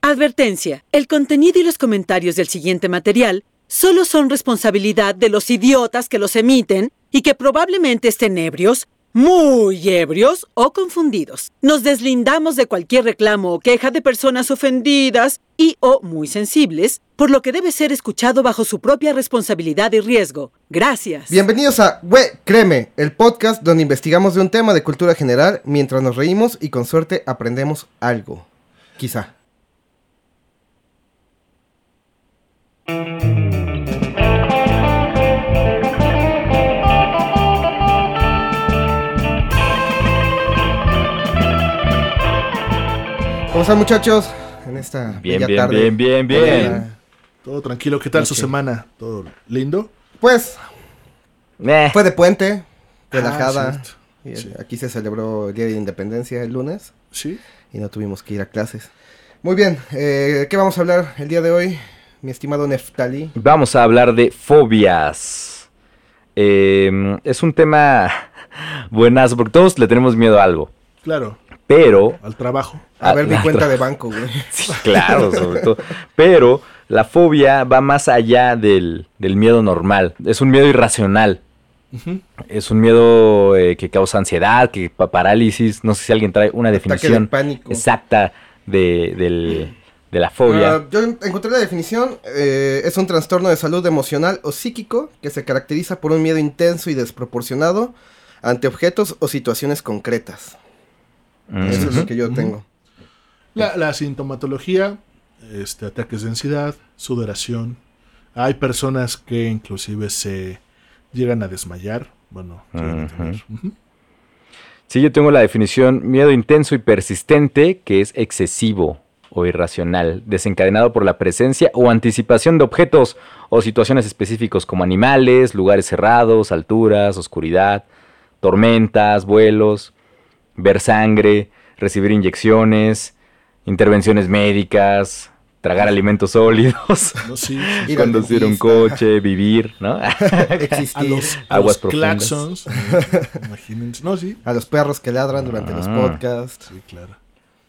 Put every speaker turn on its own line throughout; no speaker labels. Advertencia. El contenido y los comentarios del siguiente material solo son responsabilidad de los idiotas que los emiten y que probablemente estén ebrios, muy ebrios o confundidos. Nos deslindamos de cualquier reclamo o queja de personas ofendidas y o muy sensibles, por lo que debe ser escuchado bajo su propia responsabilidad y riesgo. Gracias.
Bienvenidos a We Créeme, el podcast donde investigamos de un tema de cultura general mientras nos reímos y con suerte aprendemos algo. Quizá. ¿Cómo están muchachos? En esta
Bien,
bella
bien,
tarde.
bien, bien, bien.
Hola.
Todo tranquilo, ¿qué tal su
Ok.
semana? ¿Todo lindo?
Pues,
Meh.
fue de puente, relajada.
Ah, cierto.
Y el-
Sí.
Aquí se celebró el Día de Independencia el lunes
¿Sí?
y no tuvimos que ir a clases. Muy bien, eh, ¿qué vamos a hablar el día de hoy? Mi estimado Neftali.
Vamos a hablar de fobias. Eh, es un tema buenazo porque todos le tenemos miedo a algo.
Claro,
Pero,
al trabajo.
A
Ah,
ver mi
la
cuenta de banco, güey.
sí, claro, sobre todo. Pero la fobia va más allá del, del miedo normal. Es un miedo irracional. Es un miedo eh, que causa ansiedad, que pa- parálisis. No sé si alguien trae una
Ataque de
definición
pánico.
exacta de, del- de la fobia.
Ah, yo encontré la definición. eh, es un trastorno de salud emocional o psíquico que se caracteriza por un miedo intenso y desproporcionado ante objetos o situaciones concretas.
Mm.
Eso es lo
Ujú.
que yo
Ujú.
tengo.
La, la sintomatología, este, ataques de ansiedad, sudoración. Hay personas que inclusive se llegan a desmayar. Bueno, llegan a tener. Ujú.
Sí, yo tengo la definición miedo intenso y persistente que es excesivo o irracional, desencadenado por la presencia o anticipación de objetos o situaciones específicos como animales, lugares cerrados, alturas, oscuridad, tormentas, vuelos, ver sangre, recibir inyecciones, intervenciones médicas, tragar alimentos sólidos,
No, sí, sí.
Ir al
conducir un
dentista,
coche, vivir, ¿no?
A
Existir.
los, a
Aguas
los
profundas.
claxons. eh, Imagínense. No, sí.
perros que ladran durante los
Ah.
podcasts.
Sí, claro.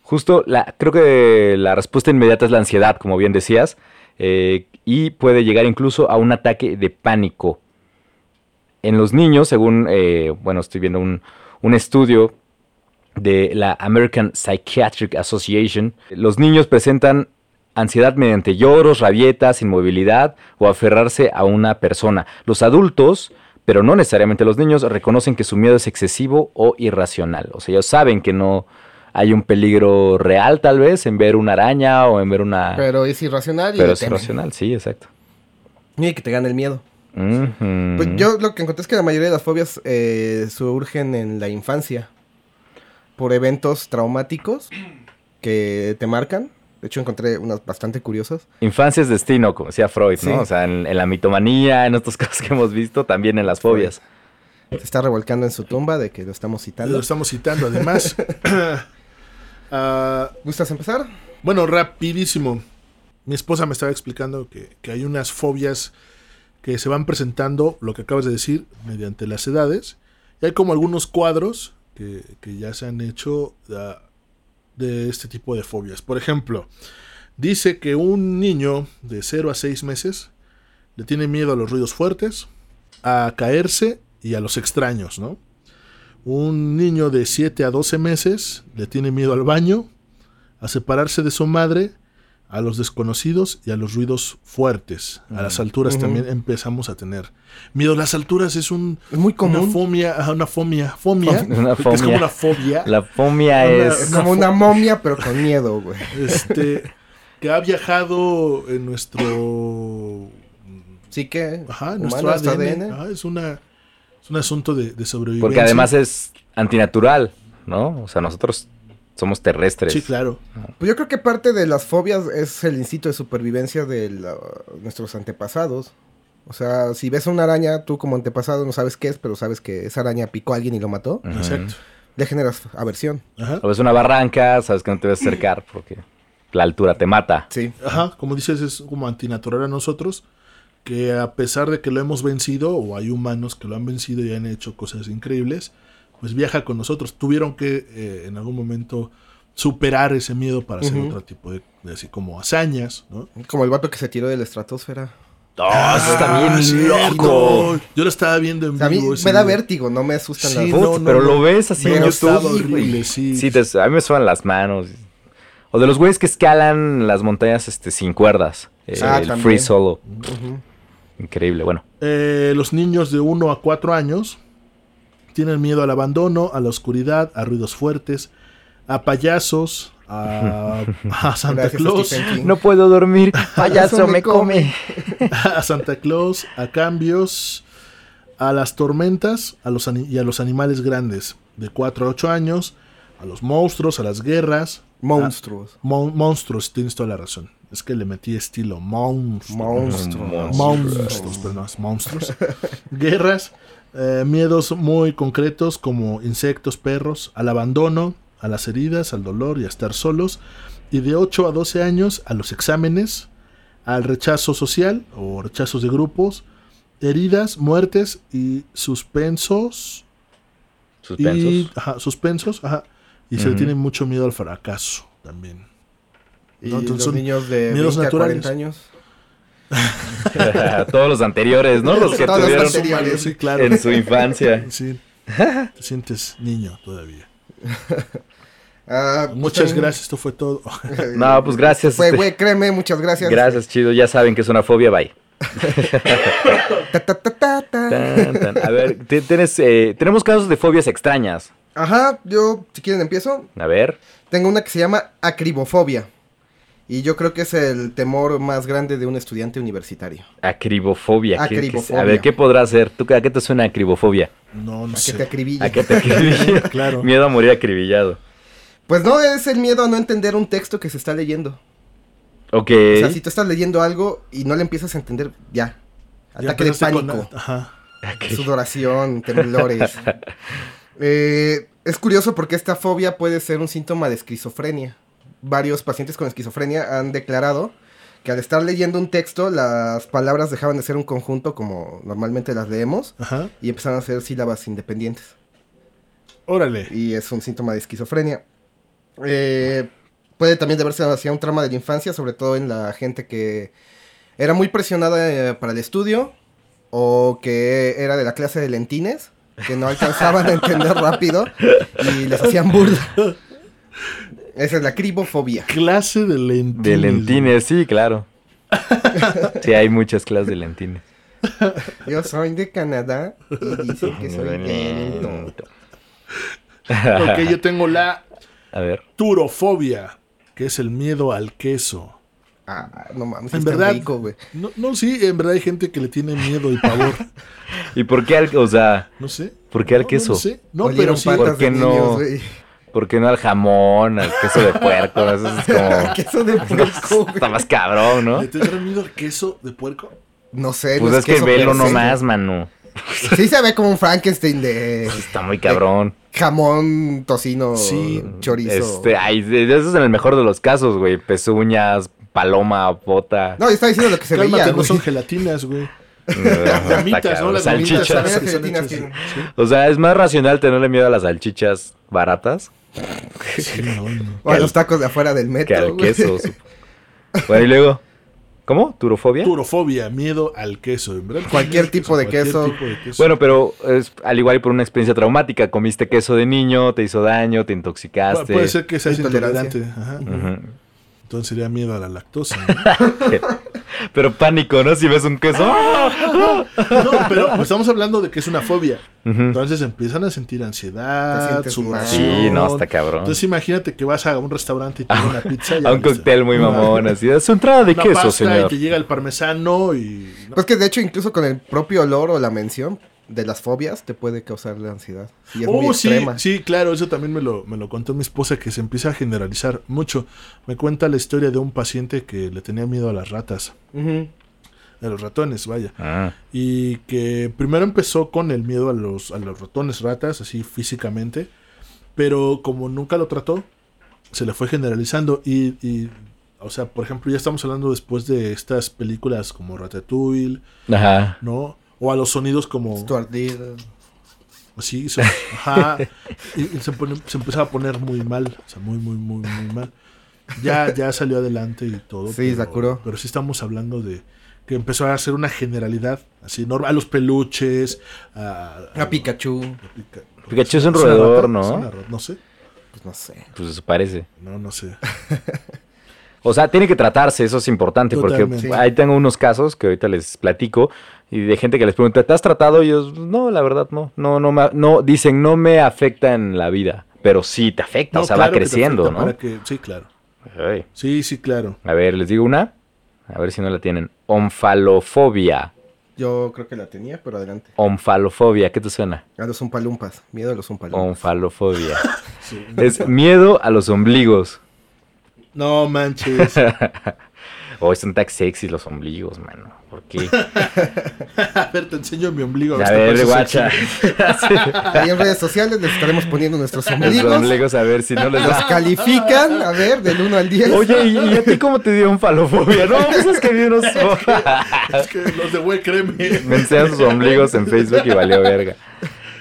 Justo, la, creo que la respuesta inmediata es la ansiedad, como bien decías, eh, y puede llegar incluso a un ataque de pánico. En los niños, según, eh, bueno, estoy viendo un, un estudio de la American Psychiatric Association, los niños presentan ansiedad mediante lloros, rabietas, inmovilidad o aferrarse a una persona. Los adultos, pero no necesariamente los niños, reconocen que su miedo es excesivo o irracional. O sea, ellos saben que no hay un peligro real tal vez en ver una araña o en ver una... Ah. Pero,
Pero es irracional y le
es
temen.
irracional, sí, exacto.
Y que te gana el miedo.
Ujú.
Pues yo lo que encontré es que la mayoría de las fobias eh, surgen en la infancia por eventos traumáticos que te marcan. De hecho, encontré unas bastante curiosas.
Infancia es destino, como decía Freud,
Sí.
¿no? O sea, en, en la mitomanía, en estos casos que hemos visto, también en las fobias.
Se está revolcando en su tumba de que lo estamos
Lo
citando.
estamos citando, además. Ah,
¿Gustas empezar?
Bueno, rapidísimo. Mi esposa me estaba explicando que, que hay unas fobias que se van presentando, lo que acabas de decir, mediante las edades. Y hay como algunos cuadros que, que ya se han hecho ah, de este tipo de fobias. Por ejemplo, dice que un niño de 0 a 6 meses le tiene miedo a los ruidos fuertes, a caerse y a los extraños, ¿no? Un niño de 7 a 12 meses le tiene miedo al baño, a separarse de su madre, a los desconocidos y a los ruidos fuertes. A las alturas
Ujú.
también empezamos a tener. Miedo a las alturas es un
Es muy
una
común.
fomia, ajá, una fomia, fomia,
Una
que es como
fomia.
una fobia,
La fobia
Una-
es...
Es como una momia, pero con miedo, güey.
este, que ha viajado en nuestro,
Sí que.
ajá, en
humano,
nuestro
hasta
ADN, ajá, es una, es un asunto de, de sobrevivencia.
Porque además es antinatural, ¿no? O sea, nosotros somos terrestres.
sí, claro,
Pues yo creo que parte de las fobias es el instinto de supervivencia de la- nuestros antepasados. O sea, si ves a una araña, tú como antepasado no sabes qué es, pero sabes que esa araña picó a alguien y lo mató,
Ujú.
exacto,
le generas aversión.
ajá,
O ves una barranca, sabes que no te vas a acercar porque la altura te mata.
Sí.
ajá, como dices es como antinatural a nosotros, que a pesar de que lo hemos vencido o hay humanos que lo han vencido y han hecho cosas increíbles, pues viaja con nosotros. Tuvieron que eh, en algún momento superar ese miedo para hacer
Ujú.
otro tipo de, de así como hazañas, ¿no?
Como el vato que se tiró de la estratosfera.
¡Oh, eso está
Ah,
bien
cierto.
loco!
Yo lo estaba viendo en
O sea, a mí
vivo. ese
me da
video.
vértigo, no me asustan
Sí,
las...
no,
Put, pero lo ves así en
Pero
YouTube.
estaba horrible, sí.
Sí, te- a mí me suenan las manos. O de los güeyes que escalan las montañas este, sin cuerdas. Eh,
Ah,
el
también.
free solo.
Ujú.
Increíble, bueno.
Eh, los niños de 1 a 4 años tienen miedo al abandono, a la oscuridad, a ruidos fuertes, a payasos, a, a Santa
Gracias,
Claus,
Stephen King.
No puedo dormir,
Payaso
payaso
me
me come.
a Santa Claus, a cambios, a las tormentas a los ani- y a los animales grandes de 4 a 8 años, a los monstruos, a las guerras.
Monstruos.
Mon- monstruos, tienes toda la razón. Es que le metí estilo monstruo.
Monstruos.
Ah. monstruos, perdón, monstruos. Guerras, eh, miedos muy concretos como insectos, perros, al abandono, a las heridas, al dolor y a estar solos. Y de 8 a 12 años a los exámenes, al rechazo social o rechazos de grupos, heridas, muertes y suspensos. Y,
Suspensos.
ajá, suspensos, ajá. Y se le
Ujú.
tiene mucho miedo al fracaso también.
Y
No, entonces
los
son
niños de
miedos
20 a
naturales.
40 años.
Todos los anteriores, ¿no? Los que
Todos los
tuvieron
anteriores.
Súmale, sí, claro.
en su infancia.
Sí. Te sientes niño todavía.
Ah,
Muchas
pues,
gracias, esto fue todo.
No, pues gracias.
Fue,
este,
güey, créeme, muchas gracias.
gracias, chido. Ya saben que es una fobia, bye.
Ta, ta, ta, ta, ta.
Tan, tan. A ver, te- tienes, eh, tenemos casos de fobias extrañas.
Ajá, yo, si quieren, empiezo.
A ver.
Tengo una que se llama acribofobia. Y yo creo que es el temor más grande de un estudiante universitario.
Acribofobia. ¿qué- qué-
Acribofobia.
a ver, ¿qué podrá ser? ¿Tú, ¿A qué te suena acribofobia?
No, no
A que te
sé.
acribille.
¿A qué te acribillan?
Claro.
Miedo a morir acribillado.
Pues no, es el miedo a no entender un texto que se está leyendo.
Ok.
O sea, si tú estás leyendo algo y no le empiezas a entender, ya.
Ya
Ataque de
empezaste con-
pánico,
Ajá.
Acri-
sudoración, temblores. Eh, es curioso porque esta fobia puede ser un síntoma de esquizofrenia. Varios pacientes con esquizofrenia han declarado que al estar leyendo un texto, las palabras dejaban de ser un conjunto como normalmente las leemos
Ajá.
y empezaron a ser sílabas independientes.
Órale.
y es un síntoma de esquizofrenia. Eh, puede también deberse hacia un trauma de la infancia, sobre todo en la gente que era muy presionada eh, para el estudio o que era de la clase de lentines, que no alcanzaban a entender rápido y les hacían burla. Esa es la cribofobia.
Clase de lentines.
De lentines, sí, claro. Sí, hay muchas clases de lentines.
Yo soy de Canadá y dicen que soy lento.
Ok, yo tengo la
A ver.
turofobia, que es el miedo al queso.
Ah, no mames,
En
está
verdad.
rico, güey.
No, no, sí, en verdad hay gente que le tiene miedo y pavor.
¿Y por qué al, o sea,
No sé.
por qué al
No, no,
queso?
No, sé. No, pero
Olieron
sí.
patas
¿por qué
de
no?
niños, güey.
por qué no al jamón, al queso de puerco? Eso es como
Queso de
Pues
puerco, güey.
está más cabrón, ¿no?
¿Le tendrán miedo al queso de puerco?
No sé.
Pues
no
es que
queso, pero
velo
sí.
nomás, Manu.
Eh, Sí se ve como un Frankenstein de
Está muy cabrón.
jamón, tocino,
Sí,
eh, chorizo.
Este, ay, de- eso es en el mejor de los casos, güey. Pezuñas, paloma, bota.
No, yo estaba diciendo lo que se
Cálmate,
veía,
no
güey.
son gelatinas, güey.
No, está
Gomitas,
cabrón.
¿no? Las gomitas
salchichas.
¿sabes?
Las
Que son
gelatinas
hechas de- sí.
O sea, es más racional tenerle miedo a las salchichas baratas
Sí, no, no.
O a los tacos de afuera del
que
metro,
al
güey.
queso. sup- Bueno, y luego. ¿Cómo? ¿Turofobia?
Turofobia, miedo al queso, en verdad.
Cualquier tipo de queso.
Cualquier tipo de queso.
Bueno, pero es al igual por una experiencia traumática. Comiste queso de niño, te hizo daño, te
Pu-
intoxicaste.
puede ser que seas
Intolerancia.
intolerante. Ajá.
este, Ujú.
Entonces sería miedo a la lactosa. ¿no?
Pero pánico, ¿no? Si ves un queso. ¡ah!
No, pero estamos hablando de que es una fobia.
Ujú.
Entonces empiezan a sentir
Te
ansiedad,
sientes mal.
sudoración.
Sí, no, está cabrón.
Entonces imagínate que vas a un restaurante y te dan una pizza. y
A un
listo.
cóctel muy
Una-
mamón, así. Es entrada de
Una
queso,
pasta y
señor.
te llega el parmesano y... no,
Pues que de hecho, incluso con el propio olor o la mención de las fobias, te puede causar la ansiedad. Y es muy
Oh, sí,
extrema.
sí, claro, eso también me lo, me lo contó mi esposa, que se empieza a generalizar mucho. Me cuenta la historia de un paciente que le tenía miedo a las ratas,
Ujú.
a los ratones, vaya.
Ah,
Y que primero empezó con el miedo a los, a los ratones, ratas, así físicamente, pero como nunca lo trató, se le fue generalizando y, y, o sea, por ejemplo, ya estamos hablando después de estas películas como Ratatouille,
Ajá.
Oh. ¿no? O a los sonidos como...
Stuart Little.
Sí, se, ajá, y, y se, pone- se empezaba a poner muy mal, o sea, muy, muy, muy, muy mal. Ya, ya salió adelante y todo.
Sí, la curó.
Pero sí estamos hablando de que empezó a hacer una generalidad, así, enorme, a los peluches, a...
A Pikachu,
a Pika-
Pikachu es un
una
roedor,
rata?
¿no?
Es una ro- No sé,
pues no sé.
Pues eso parece.
no, no sé.
O sea, tiene que tratarse, eso es importante,
Totalmente.
porque pues, ahí tengo unos casos que ahorita les platico y de gente que les pregunta, ¿te has tratado? Y ellos, no, la verdad no, no, no, me- no, dicen, no me afecta en la vida, pero sí te afecta,
No,
o sea,
claro
va
que te
creciendo,
afecta
¿no?
para que- sí, claro.
Ay.
Sí, sí, claro.
A ver, les digo una, a ver si no la tienen. Omfalofobia,
Yo creo que la tenía, pero adelante.
omfalofobia, ¿qué te suena?
A los umpalumpas, miedo a los
Oh.
umpalumpas.
Omfalofobia. Es miedo a los ombligos.
No manches.
Oh, están tan sexy los ombligos, mano. ¿Por qué?
A ver, te enseño mi ombligo.
A
hasta
ver,
parece
guacha.
sexy.
Ahí en redes sociales les estaremos poniendo nuestros
Los
ombligos.
ombligos, a ver si no les
Los
da.
califican, a ver, del 1 al 10.
Oye, ¿y, y a ti cómo te dio onfalofobia? No, pues es que vi unos.
Es que los de güey, créeme.
Me enseñan sus ombligos en Facebook y valió verga.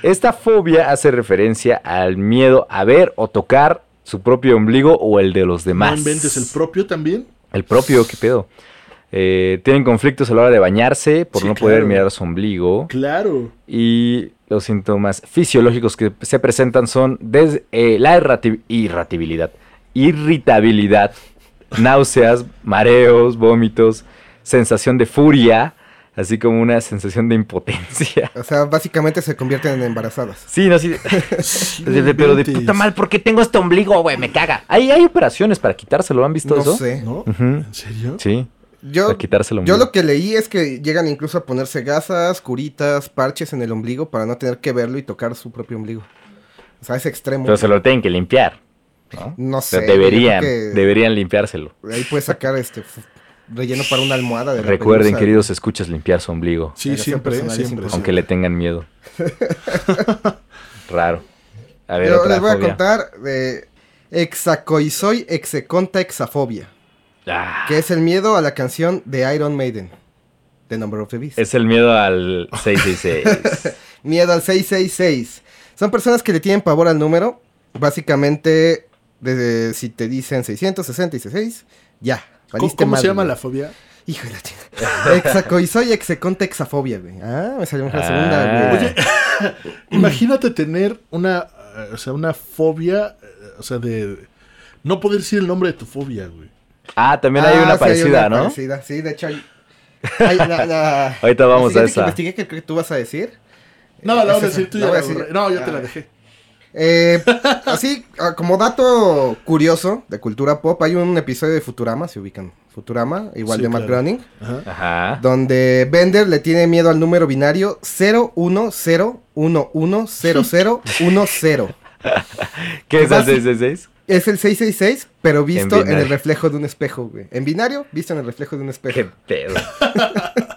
Esta fobia hace referencia al miedo a ver o tocar su propio ombligo o el de los demás.
No inventes el propio también.
El propio, qué pedo. Eh, tienen conflictos a la hora de bañarse por
Sí,
no poder
claro.
mirar su ombligo.
Claro.
Y los síntomas fisiológicos que se presentan son des- eh, la errati- irratibilidad, irritabilidad, náuseas, mareos, vómitos, sensación de furia, así como una sensación de impotencia.
O sea, básicamente se convierten en embarazadas.
Sí, no, sí. de- de- pero de puta mal, ¿por qué tengo este ombligo, güey? Me caga. Ahí hay operaciones para quitárselo, ¿han visto
No
eso?
sé.
¿No?
Ujú.
¿En serio?
Sí,
Yo,
para quitárselo.
yo lo que leí es que llegan incluso a ponerse gasas, curitas, parches en el ombligo para no tener que verlo y tocar su propio ombligo. O sea, es extremo.
Pero se lo tienen que limpiar. ¿no?
No
O sea,
sé. yo creo
deberían,
que
deberían limpiárselo.
Ahí puedes sacar este f- relleno para una almohada. De la
Recuerden,
pelusa.
queridos, escuchas limpiar su ombligo,
Sí,
Relación
siempre,
personal es
siempre.
aunque le tengan miedo. Raro. A ver,
Yo
otra
les voy
fobia.
a contar de Exacoisoi Execonta Exafobia,
Ah,
que es el miedo a la canción de Iron Maiden, The Number of the Beast.
es el miedo al 666.
Miedo al 666. Son personas que le tienen pavor al número. Básicamente, desde si te dicen 666, ya.
¿Cómo,
valiste
cómo se
madre,
llama
güey.
la fobia?
Hijo de la chingada. Exacoisoi Execonta Exafobia, güey. Ah, me salió mejor la segunda,
Ah.
güey.
Oye,
Imagínate tener una, eh, o sea, una fobia, eh, o sea, de no poder decir el nombre de tu fobia, güey.
Ah, también hay
Ah,
una
sí,
parecida,
una
¿no?
parecida, Sí, de hecho hay. hay la- la-
Ahorita
la
vamos a
siguiente Que
esa.
investigué que, que tú vas a decir.
No, la
Eh,
vas a
es esa,
decir tú.
la
ya
voy
la
a decir.
borré. No, yo te la
Ah.
dejé.
Eh, así, ah, como dato curioso de cultura pop, hay un episodio de Futurama, se ubican. Futurama, igual
Sí,
de Matt
claro.
Groening,
Ajá.
Ajá.
donde Bender le tiene miedo al número binario 010110010.
¿Qué es el
Vas-
666?
Es el 666, pero visto en, el
binario.
reflejo de un espejo, güey. En binario, visto en el reflejo de un espejo.
Qué pedo.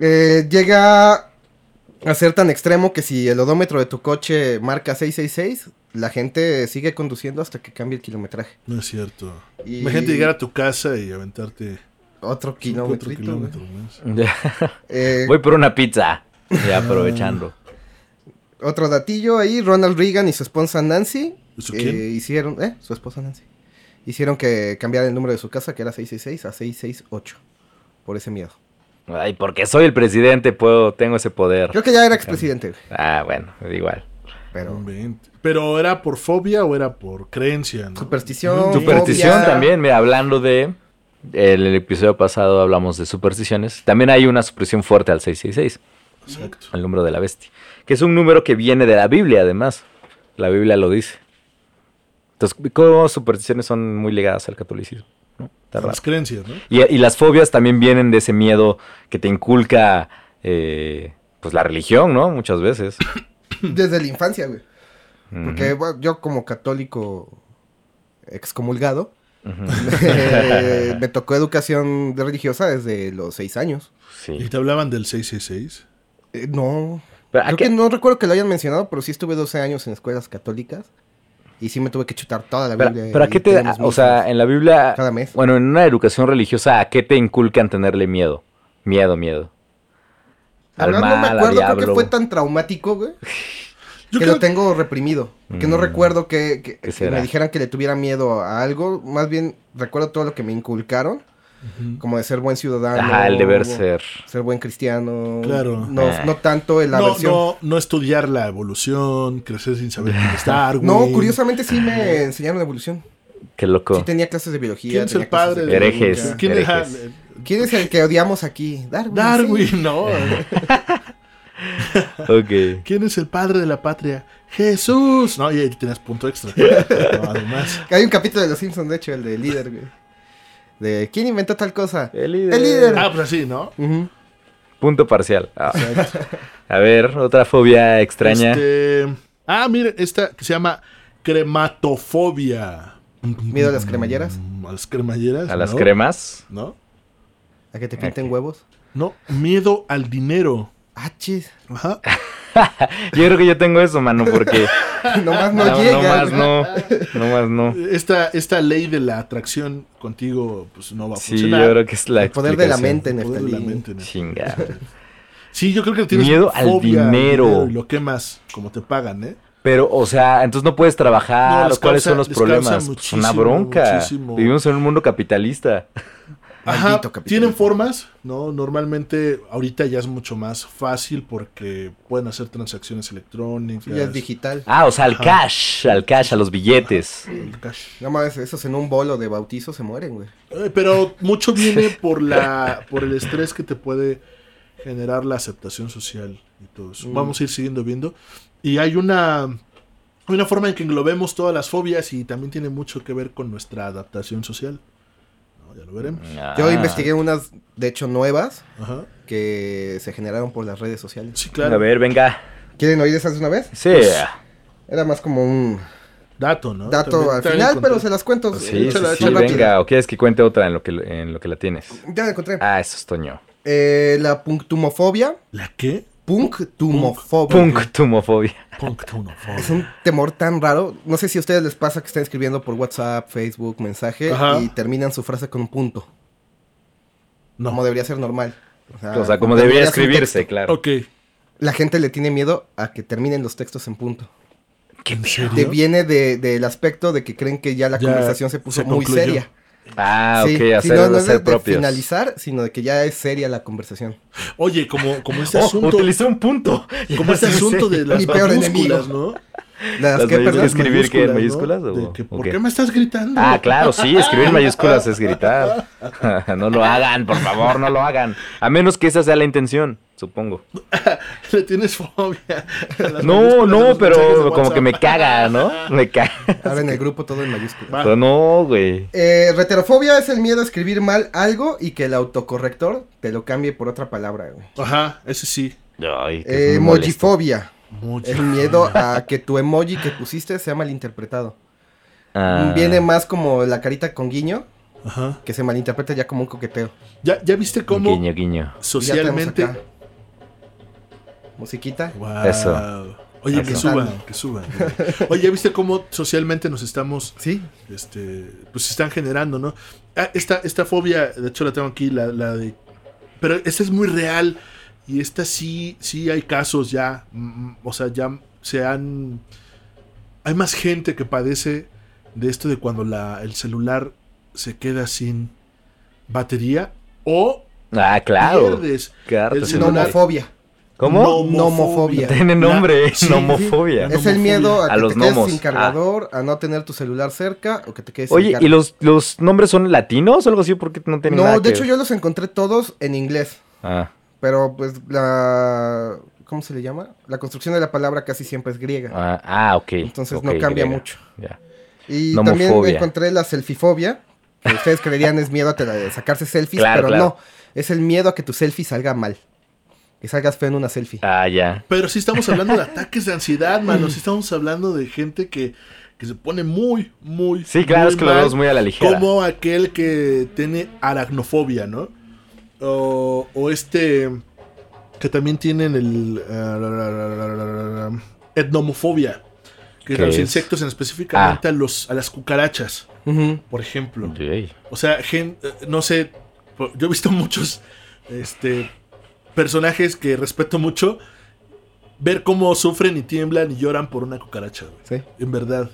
Eh, llega a ser tan extremo que si el odómetro de tu coche marca 666, la gente sigue conduciendo hasta que cambie el kilometraje.
No es cierto.
Y-
Imagínate llegar a tu casa y aventarte
Otro
cinco, otro
kilómetro.
kilómetro más.
Eh,
Voy por una pizza.
Ah.
Ya aprovechando.
otro datillo ahí, Ronald Reagan y su esposa Nancy
¿Y su
eh,
quién?
hicieron, eh, su esposa Nancy, hicieron que cambiara el número de su casa que era 666 a 668 por ese miedo.
Ay, porque soy el presidente, puedo, tengo ese poder.
Creo que ya era expresidente, güey,
Ah, bueno, igual.
No
pero
inventes. Pero era por fobia o era por creencia, ¿no?
Superstición,
Superstición
Fobia.
también, mira, hablando de. El, el episodio pasado hablamos de supersticiones. También hay una superstición fuerte al 666,
Exacto.
al número de la bestia. Que es un número que viene de la Biblia, además. La Biblia lo dice. Entonces, como supersticiones son muy ligadas al catolicismo. ¿no? Está raro.
Las creencias, ¿no?
Y, y las fobias también vienen de ese miedo que te inculca eh, pues la religión, ¿no? Muchas veces.
desde la infancia, güey. Porque
Ujú,
bueno, yo como católico excomulgado,
ujú.
eh, me tocó educación de religiosa desde los seis años.
Sí.
Y te hablaban del 666.
Eh, no,
Pero, ¿a
creo
qué-
que no recuerdo que lo hayan mencionado, pero sí estuve 12 años en escuelas católicas y sí me tuve que chutar toda la
Pero,
Biblia.
pero a
y
qué te,
todos los
o sea,
mismos.
en la Biblia,
Cada mes.
bueno, en una educación religiosa, ¿a qué te inculcan tenerle miedo? Miedo, miedo.
La
Al
verdad no
mal,
me
al
acuerdo, creo
diablo.
que fue tan traumático, güey,
Yo
que
creo-
lo tengo reprimido. Que no
Mm.
recuerdo que, que- que
será?
me dijeran que le tuviera miedo a algo. Más bien recuerdo todo lo que me inculcaron. Como de ser buen ciudadano.
Ajá, Ah, el deber ser.
Ser buen cristiano.
Claro.
No,
Ah.
no tanto el la
No,
versión.
no, no estudiar la evolución, crecer sin saber quién es Darwin.
No, curiosamente sí me enseñaron evolución.
Qué loco.
Sí tenía clases de biología.
¿Quién es
tenía
el padre?
clases
de-
Herejes,
¿Quién es
herejes.
el-
de- ¿Quién es el que odiamos aquí? Darwin. sí.
Darwin? No.
Ok.
¿Quién es el padre de la patria? Jesús. No, y ahí tienes punto extra. No, además.
Hay un capítulo de Los Simpsons, de hecho, el de líder, güey. De ¿Quién inventó tal cosa?
El líder.
El líder.
Ah, pues así, ¿no?
Ujú.
Punto parcial. Ah. A ver, otra fobia extraña.
Este, ah, mire, esta que se llama crematofobia.
Miedo a las cremalleras.
Mm, A las cremalleras.
A las
¿no?
cremas.
¿No?
A que te pinten huevos.
No, miedo al dinero.
Ah, chis.
Ajá.
Yo creo que yo tengo eso, mano, porque
Nomás no,
no, no
llega.
más no, no más no.
Esta, esta ley de la atracción contigo, pues no va a
Sí,
funcionar.
yo creo que es la
El poder de la
explicación.
mente,
El poder de la
Neftalí.
mente, ¿no?
Chinga.
Sí, yo creo que tienes
Miedo al
fobia al
dinero.
y lo quemas como te pagan, ¿eh?
Pero, o sea, entonces no puedes
No,
trabajar.
les
¿Cuáles
causa-
son los
les causa
problemas? Pues una
muchísimo,
bronca.
muchísimo.
Vivimos en un mundo capitalista.
Ajá,
Maldito capitalismo.
tienen formas, ¿no? Normalmente ahorita ya es mucho más fácil porque pueden hacer transacciones electrónicas.
Ya es digital.
Ah, o sea, al
Ajá.
cash, al cash, a los billetes.
el cash.
No mames, esos en un bolo de bautizo se mueren, güey.
Eh, Pero mucho viene por la por el estrés que te puede generar la aceptación social y todo eso.
Mm.
Vamos a ir siguiendo viendo. Y hay una, una forma en que englobemos todas las fobias y también tiene mucho que ver con nuestra adaptación social. No, ya lo veremos.
Yo
Ah.
investigué unas, de hecho, nuevas
Ajá.
que se generaron por las redes sociales.
Sí, claro.
Mm. A ver, venga.
¿Quieren oír esas de una vez?
Sí.
Era más como un
Dato, ¿no?
dato al
También- también
final,
encontré.
pero se las cuento.
Sí, sí,
se las
sí,
cuento
venga. ¿O quieres que cuente otra en lo que, en lo que la tienes?
rápido. Ya la encontré.
Ah, eso es Toño.
Eh, la punctumofobia.
¿La qué?
Punctumofobia.
Punctumofobia.
Punctonofobia.
Es un temor tan raro. No sé si a ustedes les pasa que están escribiendo por WhatsApp, Facebook, mensaje
Ajá.
y terminan su frase con un punto.
No.
Como debería ser normal.
O sea, como debería
terminas Ah, un
escribirse,
texto.
claro.
Ok.
La gente le tiene miedo a que terminen los textos en punto.
¿Qué
Te viene de- del aspecto de que creen que ya la
Ya
conversación se puso
se
muy
concluyó.
seria.
Ah,
Sí,
ok,
sí,
hacer,
no, no es de-
hacer
de
propios.
finalizar, sino de que ya es seria la conversación.
Oye, como, como este
Oh,
asunto.
utilicé un punto.
Como este asunto de las
Mi peor
mayúsculas, ¿no?
Las,
Las
que,
mayúsculas
perdón,
que- ¿Escribir qué, en
Las
mayúsculas
¿no?
o-
De que, ¿Por
o
qué
qué?
me estás gritando?
Ah, claro, sí, escribir mayúsculas es gritar. no lo hagan, por favor, no lo hagan. A menos que esa sea la intención, supongo.
Le tienes fobia. a
No,
las mayúsculas de
no,
los mensajes de
pero como que me
WhatsApp.
caga, ¿no? Me caga.
ahora en el grupo todo en mayúsculas.
Va.
Pero no, güey.
Eh, reterofobia es el miedo a escribir mal algo y que el autocorrector te lo cambie por otra palabra. güey.
Ajá, ese sí.
Ay, que
Eh,
es muy molesto.
emojifobia.
Mucho.
El miedo a que tu emoji que pusiste sea malinterpretado.
Ah,
Viene más como la carita con guiño,
Ajá.
que se malinterpreta ya como un coqueteo.
¿Ya, ya viste cómo
Guiño, guiño.
socialmente.
Ya tenemos acá. Musiquita.
Wow.
Eso.
Oye, que
Eso.
suban, que suban. Oye, ¿ya viste cómo socialmente nos estamos
Sí.
este, pues se están generando, ¿no? Ah, esta, esta fobia, de hecho la tengo aquí, la, la de... Pero esta es muy real y esta sí, sí hay casos ya, mm, o sea, ya se han... Hay más gente que padece de esto de cuando la, el celular se queda sin batería o
Ah, claro.
pierdes.
Qué
el
harto,
celular.
celular.
Nomofobia.
¿Cómo?
Nomofobia.
Tiene nombre,
La- sí,
nomofobia.
La
Es el
nomofobia.
miedo a que
A los
te quedes
gnomos.
sin cargador, a no tener tu celular cerca o que te quedes sin
Oye, ¿y
carga.
los, los nombres son latinos o algo así? ¿Por qué no tienen nada
No, de
que
hecho
ver?
yo los encontré todos en inglés.
Ah,
Pero pues la... ¿Cómo se le llama? La construcción de la palabra casi siempre es griega.
ah, ah, ok.
Entonces no
ok,
cambia
griega.
mucho.
Ya.
Y
Nomofobia.
también encontré la selfifobia, que ustedes creerían es miedo a tela- de sacarse selfies,
Claro,
pero
claro.
no, es el miedo a que tu selfie salga mal. Que salgas feo en una selfie.
Ah, ya.
Pero sí estamos hablando de ataques de ansiedad, mano. Sí estamos hablando de gente que, que se pone muy, muy.
Sí, claro,
muy
es que lo
mal,
vemos muy a la ligera.
Como aquel que tiene aracnofobia, ¿no? O, o este. Que también tienen el. ah, etnomofobia. Que es
¿Qué
a los
es? Ah.
insectos, en específicamente a, los, a las cucarachas,
Ujú.
por ejemplo.
Yay.
O sea, gen- eh, no sé, po- yo he visto muchos este, personajes que respeto mucho ver cómo sufren y tiemblan y lloran por una cucaracha, güey.
Sí.
En verdad.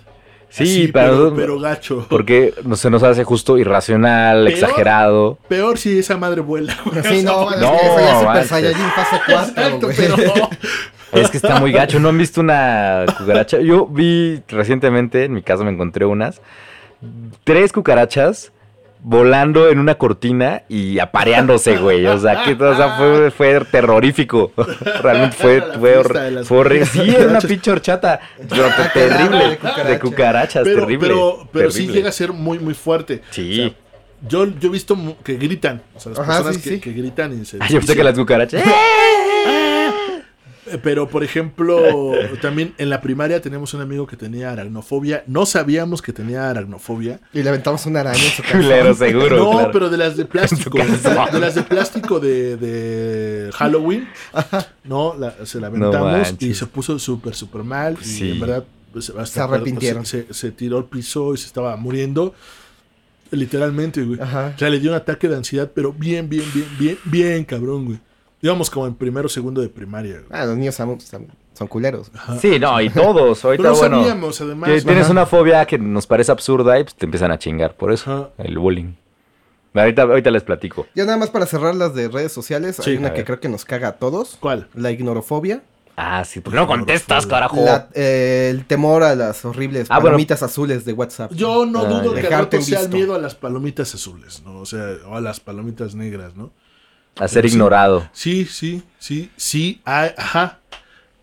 Sí,
Así,
para
pero,
nosotros-
pero gacho.
Porque no se nos hace justo irracional,
Peor.
exagerado.
Peor si esa madre vuela, güey.
Sí, no,
O sea,
es
No,
que eso ya es Super
manches.
Saiyajin fase 4,
Exacto,
güey.
pero
Es que está muy gacho. ¿No han visto una cucaracha? Yo vi recientemente, en mi casa me encontré unas, tres cucarachas volando en una cortina y apareándose, güey. O sea, que o sea, fue, fue terrorífico. Realmente fue,
La
fue,
fiesta de
hor-
las
fue horrible. Sí, era una
cucarachas.
pinche horchata. pero
Ah, qué raro,
terrible. De
de
cucarachas,
cucarachas.
pero,
terrible.
pero, pero sí
terrible.
llega a ser muy, muy fuerte.
Sí.
O sea, yo, yo he visto mu- que gritan. O sea, las
Ajá,
personas
sí,
que,
sí.
que gritan y se.
Ah, yo pensé que las cucarachas. ¡eh!
Eh, Pero, por ejemplo, también en la primaria teníamos un amigo que tenía aracnofobia. No sabíamos que tenía aracnofobia.
Y le aventamos una araña en su casa.
Culero, seguro.
no,
claro.
pero de las de plástico.
En su casa.
De las de plástico de, de Halloween. No, la- se la
No
aventamos y
manches.
se puso súper, súper mal. Y
Sí.
en verdad, pues, hasta-
Se arrepintieron.
Se, se tiró al piso y se estaba muriendo. Literalmente, güey.
Ajá.
O sea, le dio un ataque de ansiedad, pero bien, bien, bien, bien, bien, cabrón, güey. Íbamos como en primero, segundo de primaria, güey.
Ah, los niños son, son- son culeros.
Sí, no, y todos. Ahorita,
Pero no
bueno.
sabíamos, además.
Que tienes
Ajá.
una fobia que nos parece absurda y pues, te empiezan a chingar por eso.
Ajá.
El bullying. Ahorita, ahorita les platico.
Ya nada más para cerrar las de redes sociales,
Sí,
hay
a
una
ver.
que creo que nos caga a todos.
¿Cuál?
La ignorofobia.
Ah, sí, ¿por qué no contestas, carajo?
La- eh, el temor a las horribles
Ah, bueno.
palomitas azules de WhatsApp.
Yo no
Ah,
dudo
ya.
que al
Dejarte
rato sea el
visto.
miedo a las palomitas azules, ¿no? O sea, o a las palomitas negras, ¿no?
A ser
Sí.
ignorado.
Sí, sí, sí, sí, hay- ajá.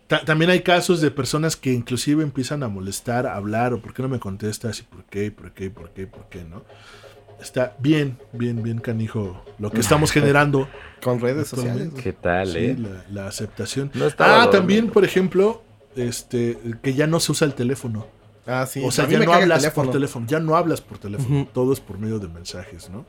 Ta- también hay casos de personas que inclusive empiezan a molestar, a hablar, o por qué no me contestas, y por qué, y por qué, y por qué, y por qué, ¿no? Está bien, bien, bien canijo lo que estamos generando.
Con redes sociales.
Actualmente.
¿Qué tal,
Sí,
eh?
la, la aceptación.
No estaba
ah, también,
dormido.
por ejemplo, este, que ya no se usa el teléfono.
Ah, sí.
o sea,
A mí
ya
me
no
caga el
hablas por teléfono, ya no hablas por teléfono, todo es por medio de mensajes, ¿no?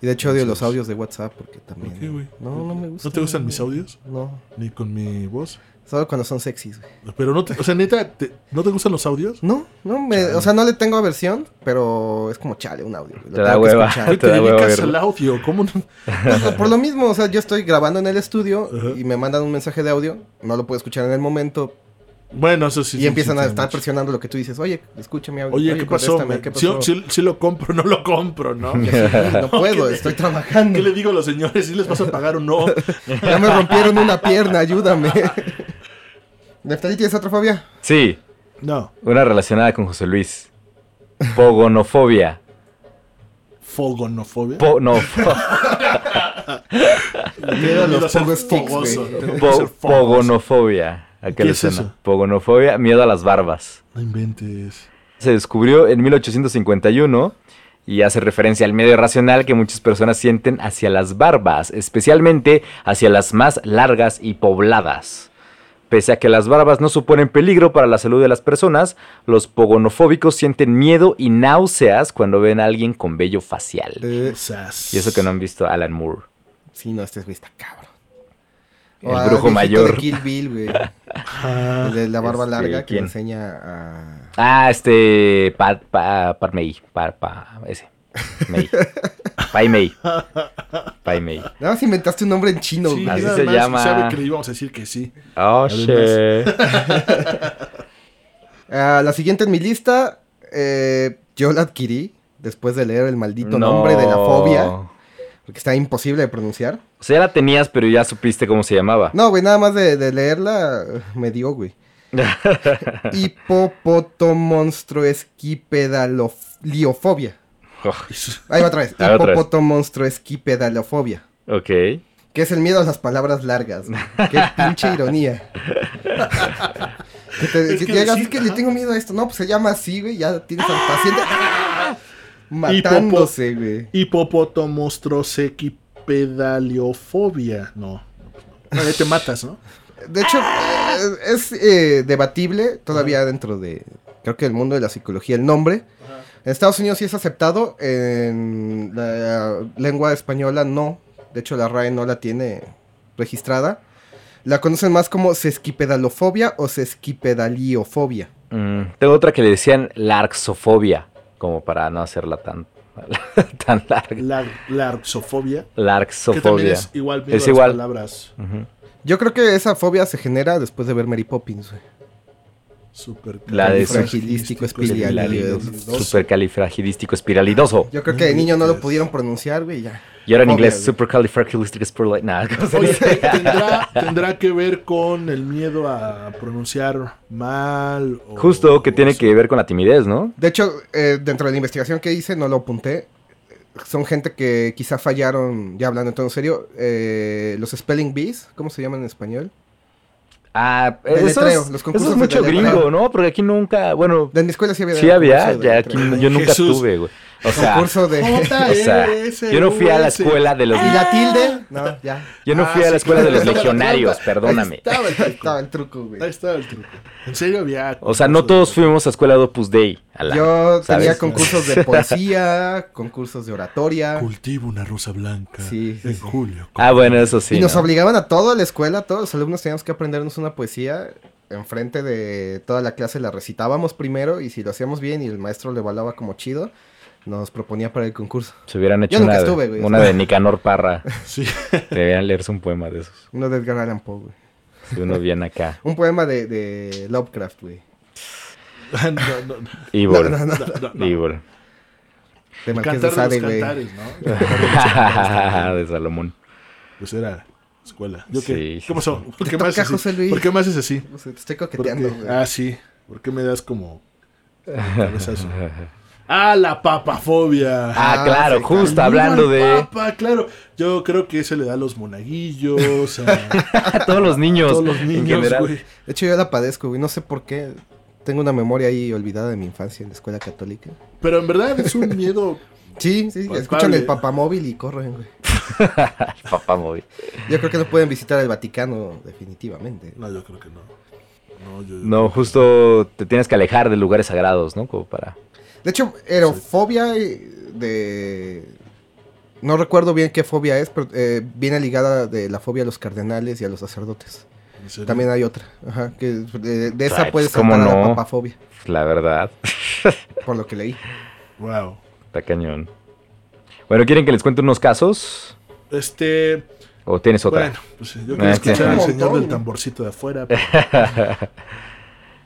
Y de hecho odio los
Entonces-
audios de WhatsApp porque también.
qué, güey?
No, no me gusta.
¿No te gustan mis audios?
No.
Ni con mi voz.
Solo cuando son sexys, güey.
Pero no te, o sea, neta, te- ¿no te gustan los audios?
No, no me, o sea, no le tengo aversión, pero es como chale un audio. güey, lo
Te da
tengo que
hueva.
escuchar.
Güey,
te
te
da hueva
dedicas
verlo.
al audio, ¿cómo no?
Pues, por lo mismo, o sea, yo estoy grabando en el estudio
Ajá.
y me mandan un mensaje de audio, no lo puedo escuchar en el momento
Bueno, eso sí.
y
sí,
empiezan
sí,
a
tiene
estar
mucho.
presionando lo que tú dices. Oye, escucha mi audio.
Oye, ¿qué pasó?
contéstame,
man?
¿qué
Sí,
pasó?
sí- sí lo compro, no lo compro, ¿no?
No puedo,
¿Qué-
estoy trabajando.
¿Qué le digo a los señores? ¿Si les vas a pagar o no?
Ya me rompieron una pierna, ayúdame. Neftalí, ¿tienes otra fobia?
Sí,
No.
una relacionada con José Luis. Pogonofobia.
Fogonofobia.
Po- no, fo-
Miedo a
los
ser
pogo sticks, güey.
fogoso, tengo que
po-
ser fogoso.
pogonofobia. ¿A qué
¿Qué
le
es
suena?
eso?
Pogonofobia, miedo a las barbas.
No inventes.
se descubrió en 1851 y hace referencia al medio irracional que muchas personas sienten hacia las barbas, especialmente hacia las más largas y pobladas. Pese a que las barbas no suponen peligro para la salud de las personas, los pogonofóbicos sienten miedo y náuseas cuando ven a alguien con vello facial.
Eh,
Sas.
Y eso que no han visto a Alan Moore.
sí, no, este güey está cabrón.
El
O al
brujo
viejito
mayor.
De Kill Bill, güey.
Ah,
El de la barba
Este,
larga que
¿quién?
le enseña a.
Ah, este. Pat. Pat. Pat May. Pat. Pa, ese. May. Pai May. Pai May.
Nada más inventaste un nombre en chino,
sí,
güey.
así
nada
se
más
llama.
Sabe que le íbamos a decir que sí.
Oh,
Además-
shit.
Ah, la siguiente en mi lista, eh, yo la adquirí después de leer el maldito
No.
nombre de la fobia,
O
porque está imposible de pronunciar.
sea, ya la tenías, pero ya supiste cómo se llamaba.
No, güey, nada más de, de leerla eh, me dio, güey. Hipopotomonstruesquipedaliofobia. Ahí va otra vez.
A ver, otra vez.
Hipopotomonstruesquipedalofobia.
ok.
Que es el miedo a las palabras largas. güey. Qué pinche ironía. que te,
Es
que
que
llegas,
decir-
es que le tengo miedo a esto. No, pues se llama así, güey. Ya tienes al paciente matándose, güey.
Hipopotomostrosecipedaliofobia. No. no, pues no. Ahí te matas, ¿no?
De hecho, eh, es eh, debatible todavía dentro de, creo que el mundo de la psicología, el nombre. En Estados Unidos sí es aceptado, en la lengua española no. De hecho, la RAE no la tiene registrada. La conocen más como sesquipedalofobia o sesquipedaliofobia.
Mm, tengo otra que le decían larxofobia, como para no hacerla tan, tan larga.
La, la arxofobia. Que también
Larxofobia.
es igual miedo
Es
a las
igual.
palabras.
Ujú.
Yo creo que esa fobia se genera después de ver Mary Poppins. güey.
Super
La de
Fragilístico,
Este,
espiralidoso.
Supercalifragilístico espiralidoso.
Yo creo que de niño no lo pudieron pronunciar, güey, ya.
Y ahora en
Fobia,
inglés,
güey.
supercalifragilístico
Oye, tendrá, tendrá que ver con el miedo a pronunciar mal. o-
Justo que
o
tiene
así.
que ver con la timidez, ¿no?
De hecho, eh, dentro de la investigación que hice, no lo apunté. Son gente que quizá fallaron, ya hablando en todo serio, eh, los spelling bees, ¿cómo se llaman en español?
Ah,
De
eso
letreo,
es,
los
eso
concursos
es
de
mucho
letreo.
gringo, ¿no? Porque aquí nunca, bueno,
De mi escuela sí había.
sí había,
concurso de
ya
letra.
aquí yo nunca
Jesús.
tuve, güey. O sea, o
Concurso de...
sea,
JRS,
yo no fui a la escuela de los,
¿Y la tilde? No, ya.
yo no
Ah,
fui a
sí,
la escuela de
claro.
los legionarios, perdóname.
Ahí estaba el
Ahí
truco.
estaba el truco, güey.
Ahí estaba el truco. En serio había.
O sea, no todos fuimos a escuela de Opus Dei. a la-
Yo tenía
¿sabes?
concursos de poesía, concursos de oratoria.
Cultivo una rosa blanca.
Sí, sí,
en
sí.
julio.
Ah, bueno, eso sí.
y nos
¿no?
obligaban a toda la escuela, todos los alumnos teníamos que aprendernos una poesía enfrente de toda la clase, la recitábamos primero y si lo hacíamos bien y el maestro le evaluaba como chido, nos proponía para el concurso.
Se hubieran
Yo
hecho
nunca
una,
estuve, güey.
una de Nicanor Parra.
Sí.
Deberían leerse un poema de esos.
Uno de Edgar Allan Poe, güey.
Si uno viene acá.
Un poema de, de Lovecraft, güey.
No, no, no.
Evil.
no, no.
Evil.
De Marqués de
Cantar
Sade,
de los
güey.
cantares, ¿no? Ah.
de Salomón.
Pues era escuela. ¿Yo
Sí,
qué?
sí,
¿Qué pasó?
Te
¿Por qué, me
toca,
haces
José
así?
Luis.
¿Por qué me haces así?
O sea, te estoy
¿Por qué?
coqueteando, güey.
Ah, sí. ¿Por qué me das como el cabezazo? Ah, la papafobia.
Ah,
Ah,
claro,
sí,
justo
Viva
hablando
el
de
Papa, claro. Yo creo que se le da a los monaguillos, a
a todos los niños.
todos los
en
niños,
general.
güey.
De hecho, yo la padezco, güey. No sé por qué. Tengo una memoria ahí olvidada de mi infancia en la escuela católica.
Pero en verdad es un miedo.
Sí, sí, sí,
Pues,
escuchan
Pablo.
el papamóvil y corren, güey.
Papá móvil.
Yo creo que no pueden visitar el Vaticano, definitivamente.
No, yo creo que no. No, yo.
No, justo te tienes que alejar de lugares sagrados, ¿no? Como para.
De hecho, erofobia eh, de... No recuerdo bien qué fobia es, pero eh, viene ligada de la fobia a los cardenales y a los sacerdotes.
en serio.
También hay otra, ajá, que de, de esa
Ay,
puede
pues, ¿cómo
saltar a la
no?
papafobia,
pues, La verdad.
por lo que leí.
Wow.
Está cañón. Bueno, ¿quieren que les cuente unos casos?
Este.
¿O tienes otra?
Bueno, pues yo quiero
Ah, sí.
escuchar al
Un
señor
montón.
del tamborcito de afuera. pero-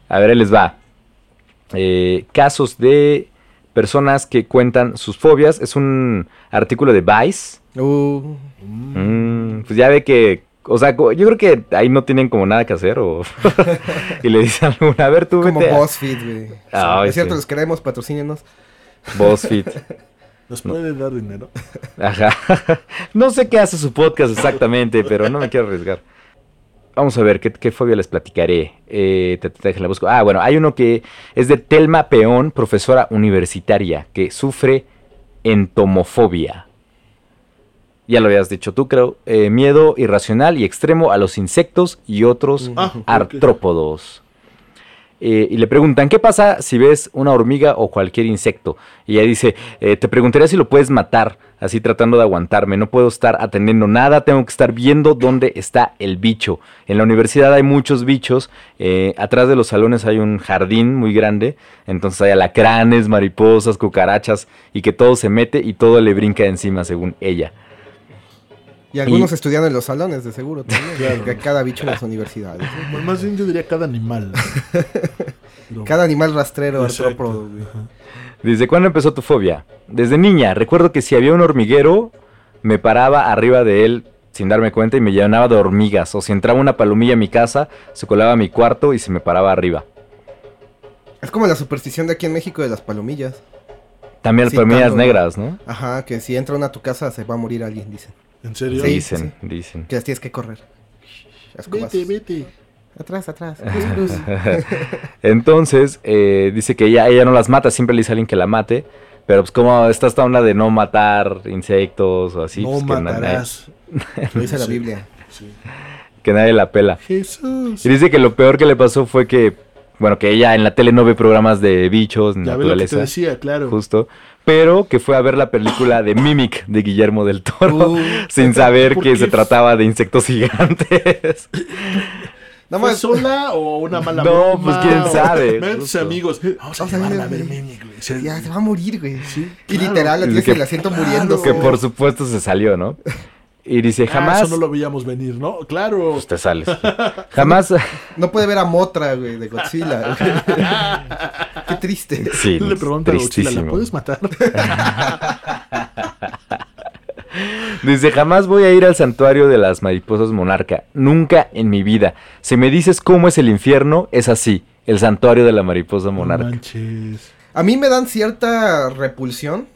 A ver, ahí les va. Eh, casos de personas que cuentan sus fobias. Es un artículo de Vice.
Uh,
Mm, pues ya ve que. O sea, co- yo creo que ahí no tienen como nada que hacer. O... y le dicen a una, a ver, tú
como
vete a-
BuzzFeed, güey.
Ay,
es cierto,
sí.
los queremos, patrocínenos.
BuzzFeed.
¿Nos puede dar dinero?
Ajá. No sé qué hace su podcast exactamente, pero no me quiero arriesgar. Vamos a ver, ¿qué, qué fobia les platicaré? Eh, te- te- déjenla busco. Ah, bueno, hay uno que es de Telma Peón, profesora universitaria, que sufre entomofobia. Ya lo habías dicho tú, creo. Eh, miedo irracional y extremo a los insectos y otros
Mm.
Ah, ok.
artrópodos. Eh, y le preguntan, ¿qué pasa si ves una hormiga o cualquier insecto? Y ella dice, eh, te preguntaría si lo puedes matar, así tratando de aguantarme. No puedo estar atendiendo nada, tengo que estar viendo dónde está el bicho. En la universidad hay muchos bichos, eh, atrás de los salones hay un jardín muy grande, entonces hay alacranes, mariposas, cucarachas, y que todo se mete y todo le brinca encima, según ella.
Y algunos
Y-
estudiando en los salones, de seguro, también.
Claro.
porque cada bicho en las universidades. ¿no?
Bueno, Pues, más bien yo diría cada animal. ¿no? Pero-
Cada animal rastrero,
Exacto.
artrópodo, güey.
Ajá.
¿Desde cuándo empezó tu fobia? Desde niña. Recuerdo que si había un hormiguero, me paraba arriba de él sin darme cuenta y me llenaba de hormigas. O si entraba una palomilla a mi casa, se colaba a mi cuarto y se me paraba arriba.
Es como la superstición de aquí en México de las palomillas.
También las
Sí,
palomillas
tanto, ¿no?
negras, ¿no?
Ajá, que si entra una a tu casa se va a morir alguien, dicen.
¿En serio?
Sí.
Dicen, dicen.
Que las tienes que correr. Las cubas.
Vete, vete.
Atrás, atrás. Pues, Luz, luz.
Entonces, eh, dice que ella, ella no las mata, siempre le dice a alguien que la mate. Pero pues como está esta onda de no matar insectos o así,
no
pues, que, na- nadie,
matarás.
Lo dice la
Sí,
Biblia.
sí.
que nadie la pela.
Jesús.
Y dice que lo peor que le pasó fue que, bueno, que ella en la tele no ve programas de bichos, ni
Ya ve lo que te
naturaleza.
decía, claro.
justo, pero que fue a ver la película de Mimic de Guillermo del Toro
Uh,
sin saber
¿por
que
qué?
se trataba de insectos gigantes.
No
¿Fue
más.
sola o una mala
No,
broma?
pues, quién
O-
sabe,
Ven tus
justo.
amigos. Vamos a
Vamos a
llevarla a
ver,
ver
güey.
Mimic, güey. Se-
Ya, se va a morir, güey.
Sí,
Y
claro.
literal, la
Y
tienes
que-
Ah,
en el asiento muriendo.
que
güey.
por supuesto se salió, ¿no? Y dice, jamás...
Ah, eso no lo veíamos venir, ¿no? Claro.
Pues te sales. jamás...
No puede ver a Motra, güey, de Godzilla. güey. Qué triste.
sí,
Le pregunta a Godzilla, ¿la
tristísimo.
puedes matar?
Dice, jamás voy a ir al santuario de las mariposas monarca. Nunca en mi vida. Si me dices cómo es el infierno, es así. El santuario de la mariposa
No
monarca.
manches.
A mí me dan cierta repulsión.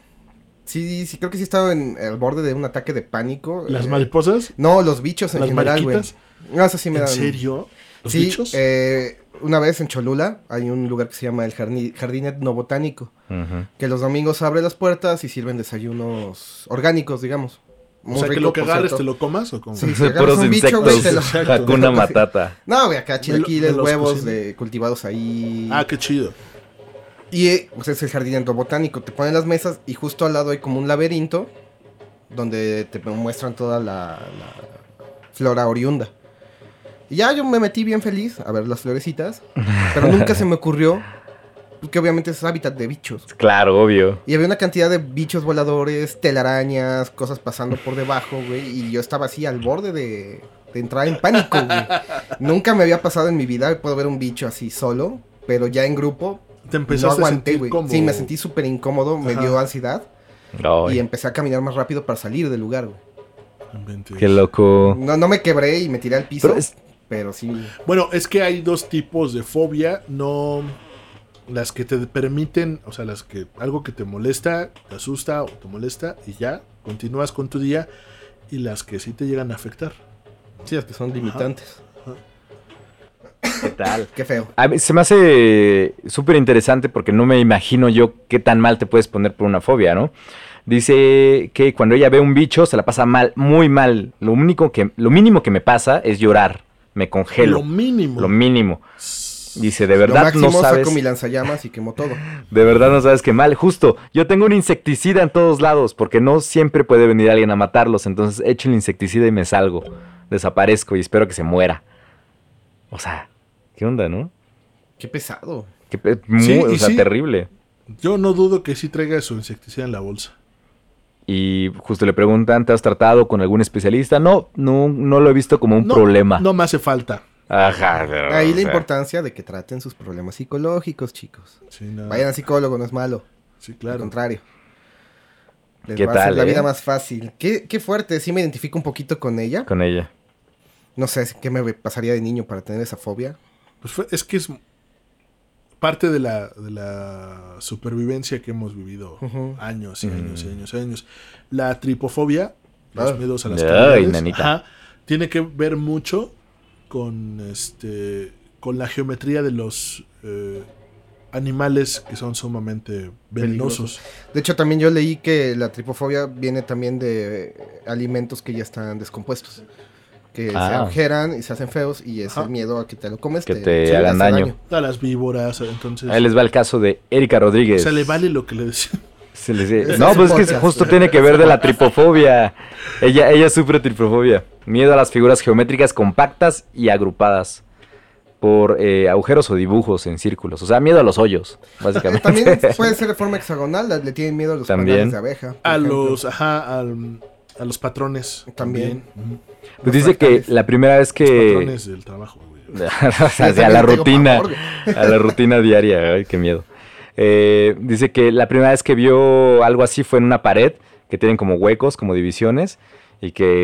Sí, sí, creo que sí he estado en el borde de un ataque de pánico.
¿Las
Eh,
mariposas?
No, los bichos en
¿Las
general, güey.
mariquitas?
No, eso sí me
¿En
dan.
serio? ¿Los
sí,
bichos?
eh, una vez en Cholula hay un lugar que se llama el Jardín, Jardín Etnobotánico,
Ujú.
que los domingos abre las puertas y sirven desayunos orgánicos, digamos.
o
Muy
sea, que
rico,
lo que
por
agarres
cierto.
te lo comas o cómo?
Sí, si
De
agarras
puros
un bicho, güey,
insectos.
te lo-
Exacto.
Hakuna Matata.
No, güey, acá chilaquiles,
me los
huevos
cocino.
de cultivados ahí.
Ah, qué chido.
Y eh, pues es el jardín endobotánico. Te ponen las mesas y justo al lado hay como un laberinto donde te muestran toda la, la flora oriunda. Y ya yo me metí bien feliz a ver las florecitas, pero nunca se me ocurrió que obviamente es hábitat de bichos.
Claro, obvio.
Y había una cantidad de bichos voladores, telarañas, cosas pasando por debajo, güey. Y yo estaba así al borde de, de entrar en pánico, güey. Nunca me había pasado en mi vida. Puedo ver un bicho así solo, pero ya en grupo,
Te empezaste
no
a
aguanté,
sentir
güey.
como...
Sí, me sentí súper incómodo, me
Ajá.
dio ansiedad
Ay,
y empecé a caminar más rápido para salir del lugar, güey.
No inventes.
qué loco.
No, no me quebré y me tiré al piso,
Pero
pero,
es-
sí.
Bueno, es que hay dos tipos de fobia, no las que te permiten, o sea, las que algo que te molesta, te asusta o te molesta y ya continúas con tu día y las que sí te llegan a afectar.
Sí, es que son limitantes.
¿Qué tal?
Qué feo.
A mí se me hace súper interesante porque no me imagino yo qué tan mal te puedes poner por una fobia, ¿no? Dice que cuando ella ve un bicho se la pasa mal, muy mal. Lo único que, lo mínimo que me pasa es llorar. Me
Lo
congelo.
mínimo.
Lo mínimo. Dice, de
Lo
verdad
máximo
no sabes.
saco mi lanzallamas y quemó todo.
De verdad no sabes qué mal. Justo, yo tengo un insecticida en todos lados porque no siempre puede venir alguien a matarlos. Entonces echo el insecticida y me salgo. Desaparezco y espero que se muera. O sea, ¿qué onda, no?
Qué pesado.
Qué pe-
Sí,
muy- o
y
sea,
sí.
terrible.
Yo no dudo que sí traiga su insecticida en la bolsa.
Y justo le preguntan, ¿te has tratado con algún especialista? No, no, no lo he visto como un
No,
problema.
No me hace falta.
Ajá. pero,
Ahí
Ah, o
la
sea,
importancia de que traten sus problemas psicológicos, chicos.
Sí, no.
Vayan al psicólogo, no es malo.
Sí,
Al
claro.
contrario. Les
¿Qué
va a hacer
tal,
la
eh?
vida más fácil. Qué, qué fuerte, sí me identifico un poquito con ella.
Con ella.
No sé qué me pasaría de niño para tener esa fobia.
Pues fue- es que es parte de la, de la supervivencia que hemos vivido
Ujú.
años y
Mm.
años y años y años. La tripofobia, los
Ah.
miedos a las
Ay,
cavidades,
nanita.
ajá, tiene que ver mucho con este con la geometría de los eh, animales que son sumamente venenosos.
De hecho, también yo leí que la tripofobia viene también de eh, alimentos que ya están descompuestos. Que se
Ah.
agujeran y se hacen feos y es
Ajá.
el miedo a que te lo comes.
Que te
hace
hagan daño.
A las víboras, entonces.
Ahí les va el caso de Erika Rodríguez.
se Pues le vale lo que le decimos.
Se les- eh,
Es
No,
un
pues es que
podcast.
justo tiene que ver de la tripofobia. Ella, ella sufre tripofobia. Miedo a las figuras geométricas compactas y agrupadas por eh, agujeros o dibujos en círculos. O sea, miedo a los hoyos,
Eh,
básicamente.
También puede ser de forma hexagonal, la- le tienen miedo a los
También.
panales de abeja. por
A
ejemplo.
los, ajá, al- a los patrones.
También.
Ujú.
Pues dice que
fractales.
la primera vez que...
patrones del trabajo, güey.
o sea, a la rutina. A la rutina diaria, ay, qué miedo. Eh, dice que la primera vez que vio algo así fue en una pared, que tienen como huecos, como divisiones, y que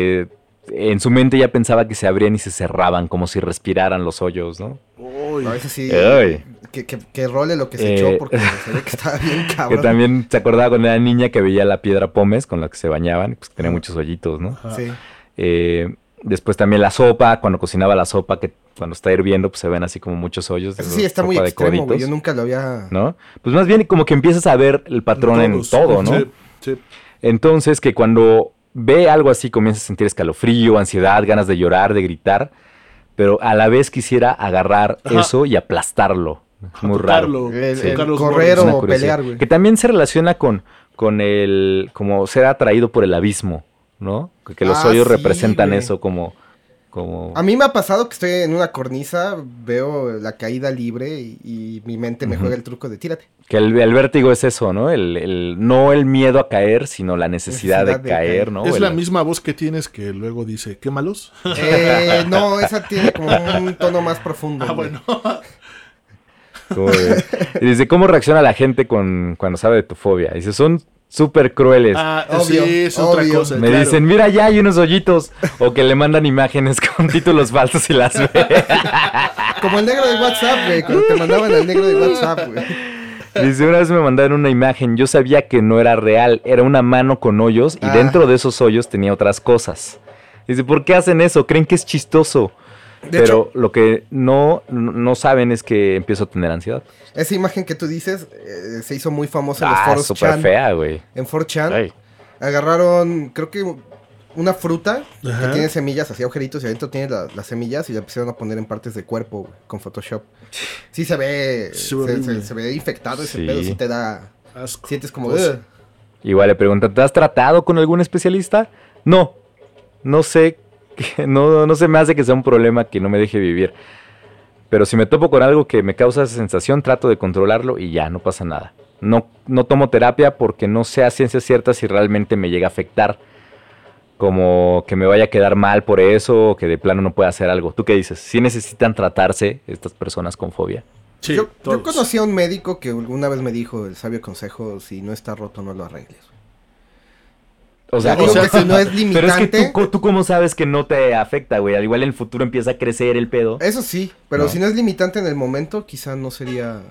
en su mente ya pensaba que se abrían y se cerraban, como si respiraran los hoyos, ¿no?
Uy,
A veces sí.
Ay.
Que, que- que role lo que se
Eh.
echó porque se ve que estaba bien
Que
cabrón.
también se acordaba cuando era niña que veía la piedra pómez con la que se bañaban, pues que tenía muchos hoyitos, ¿no?
ajá.
Sí.
Eh, después también la sopa, cuando cocinaba la sopa, que cuando está hirviendo, pues se ven así como muchos hoyos.
Eso
de
sí, está muy
sopa de
extremo, güey.
coditos,
Yo nunca lo había.
¿No? Pues más bien como que empiezas a ver el patrón
Todos.
en todo, ¿no?
Sí, sí.
Entonces, que cuando ve algo así comienza a sentir escalofrío, ansiedad, ganas de llorar, de gritar, pero a la vez quisiera agarrar
Ajá.
eso y aplastarlo. Es Muy raro.
Tocarlo.
El,
Sí.
el
Carlos
correr
Es una
o
curiosidad.
pelear, güey.
Que también se relaciona con, con el como ser atraído por el abismo, ¿no? Que, que los
Ah,
hoyos
sí,
representan
güey.
eso como Como...
A mí me ha pasado que estoy en una cornisa, veo la caída libre y, y mi mente me juega el truco de tírate.
Que el, el vértigo es eso, ¿no? El, el- no el miedo a caer, sino la necesidad,
Necesidad
de,
de
caer,
caer.
¿no?
es
El-
la misma voz que tienes que luego dice, qué malos.
Eh, no, esa tiene como un tono más profundo.
Ah,
güey.
bueno.
como de- y dice, ¿cómo reacciona la gente con, cuando sabe de tu fobia? Dice, son súper crueles.
Ah,
Obvio,
sí, es otra
obvio.
cosa.
Me
claro.
dicen, mira, ya hay unos hoyitos. O que le mandan imágenes con títulos falsos y las ve.
Como el negro de WhatsApp, güey. Cuando te mandaban al negro de WhatsApp, güey.
Dice, una vez me mandaron una imagen. Yo sabía que no era real. Era una mano con hoyos y
Ah.
dentro de esos hoyos tenía otras cosas. Dice, ¿por qué hacen eso? ¿Creen que es chistoso?
De
Pero lo que no, no saben es que empiezo a tener ansiedad.
Esa imagen que tú dices eh, se hizo muy famosa en los
Ah,
foros
súper
Chan.
fea, güey.
En 4chan.
Ay.
Agarraron, creo que una fruta que
Ajá.
tiene semillas, hacía agujeritos y adentro tiene la- las semillas y la empezaron a poner en partes de cuerpo güey, con Photoshop. Sí se ve,
Sí,
se,
horrible.
se- se ve infectado ese
Sí.
pedo, sí te da,
Asco. Pues,
sientes como...
Cosa.
"Ugh".
Igual le preguntan, ¿te has tratado con algún especialista? No, no sé, que- no, no se me hace que sea un problema que no me deje vivir. Pero si me topo con algo que me causa esa sensación, trato de controlarlo y ya, no pasa nada. No, no tomo terapia porque no sé a ciencia cierta si realmente me llega a afectar. Como que me vaya a quedar mal por eso o que de plano no pueda hacer algo. ¿Tú qué dices? ¿Sí necesitan tratarse estas personas con fobia?
Sí,
yo, yo
todos.
conocí a un médico que alguna vez me dijo el sabio consejo, si no está roto no lo arregles.
O
sea, digo que si no es
Pero es que tú,
limitante-
co- tú cómo sabes que no te afecta, güey. Al igual en el futuro empieza a crecer el pedo.
Eso sí, pero
No.
si no es limitante en el momento, quizá no sería...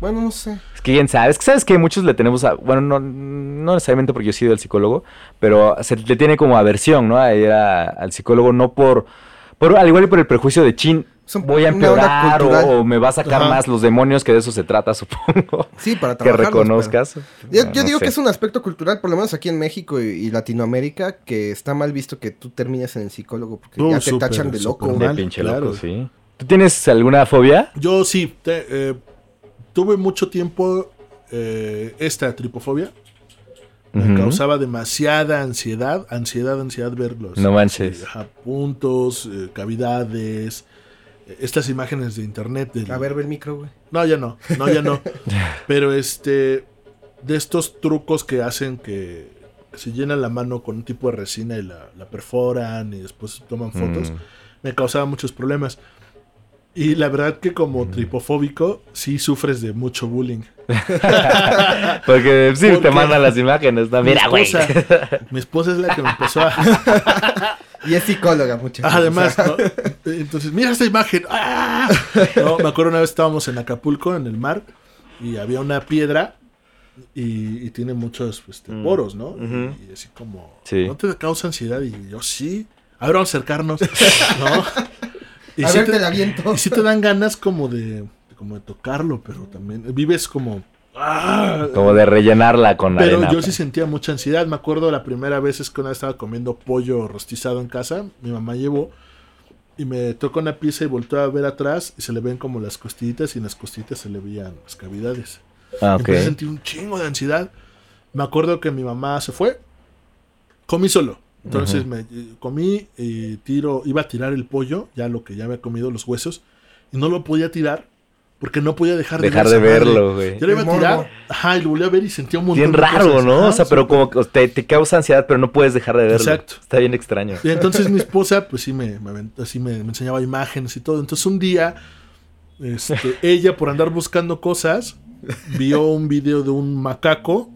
Bueno, no sé.
Es que quién sabe, es que sabes que muchos le tenemos a, bueno, no, no necesariamente porque yo he sido el psicólogo, pero se le tiene como aversión, ¿no? A ir a- al psicólogo, no por, por, al igual y por el prejuicio de chin,
Es un-
voy a
una onda
empeorar o,
cultural.
o me va a sacar
Ajá.
más los demonios, que de eso se trata, supongo,
Sí, para
que
trabajar.
reconozcas.
Yo,
No,
yo
Ah, no
digo
sé.
que es un aspecto cultural, por lo menos aquí en México y, y Latinoamérica, que está mal visto que tú termines en el psicólogo porque
Uh,
ya te
súper,
tachan de loco.
súper
De
mal,
pinche
claro.
loco, sí. ¿Tú tienes alguna fobia?
Yo sí, te- eh, tuve mucho tiempo eh, esta tripofobia. Me
Ujú.
causaba demasiada ansiedad, ansiedad, ansiedad verlos.
No manches.
Eh, Ajá, puntos, eh, cavidades, eh, estas imágenes de internet. del-
A ver, ve el micro, güey.
No, ya no, no, ya no. Pero este, de estos trucos que hacen que se llenan la mano con un tipo de resina y la, la perforan y después toman fotos,
Mm.
me causaba muchos problemas. Y la verdad que
Mm.
como tripofóbico, sí sufres de mucho bullying.
Porque sí,
Porque-
te mandan las imágenes, ¿no? Mira,
mi
güey.
esposa, mi esposa es la que me empezó a...
Y es psicóloga, muchachos.
Además, ¿no? ah, entonces, mira esta imagen. ¡Ah! No, me acuerdo una vez estábamos en Acapulco, en el mar, y había una piedra y, y tiene muchos este, poros, ¿no?
Ujú.
Y así como,
Sí.
¿no te causa ansiedad? Y yo, sí. A ver, vamos a acercarnos, ¿no? Y
a
sí
ver, te
te,
la viento.
y sí te dan ganas como de, como de tocarlo, pero también vives como... ¡ah!
Como de rellenarla con
Pero
arena. pues.
yo sí sentía mucha ansiedad. Me acuerdo la primera vez es que una vez estaba comiendo pollo rostizado en casa. Mi mamá llevó y me tocó una pieza y volteó a ver atrás y se le ven como las costillitas y en las costillitas se le veían las cavidades.
Ah, ok.
Entonces sentí un chingo de ansiedad. Me acuerdo que mi mamá se fue. Comí solo. Entonces me eh, comí y tiro, iba a tirar el pollo, ya lo que ya había comido, los huesos, y no lo podía tirar porque no podía dejar,
Dejar
ver
de
esa madre.
verlo, güey.
Yo lo iba
El
a
morbo.
tirar, ajá, y lo volví a ver y sentía un montón
Bien
de
raro,
cosas. Ah,
¿no?
Ajá,
o sea, pero como que te, te causa ansiedad, pero no puedes dejar de verlo.
Exacto.
Está bien extraño.
Y entonces mi esposa, pues sí, me, me avent- así me, me enseñaba imágenes y todo. Entonces un día, este, ella por andar buscando cosas, vio un video de un macaco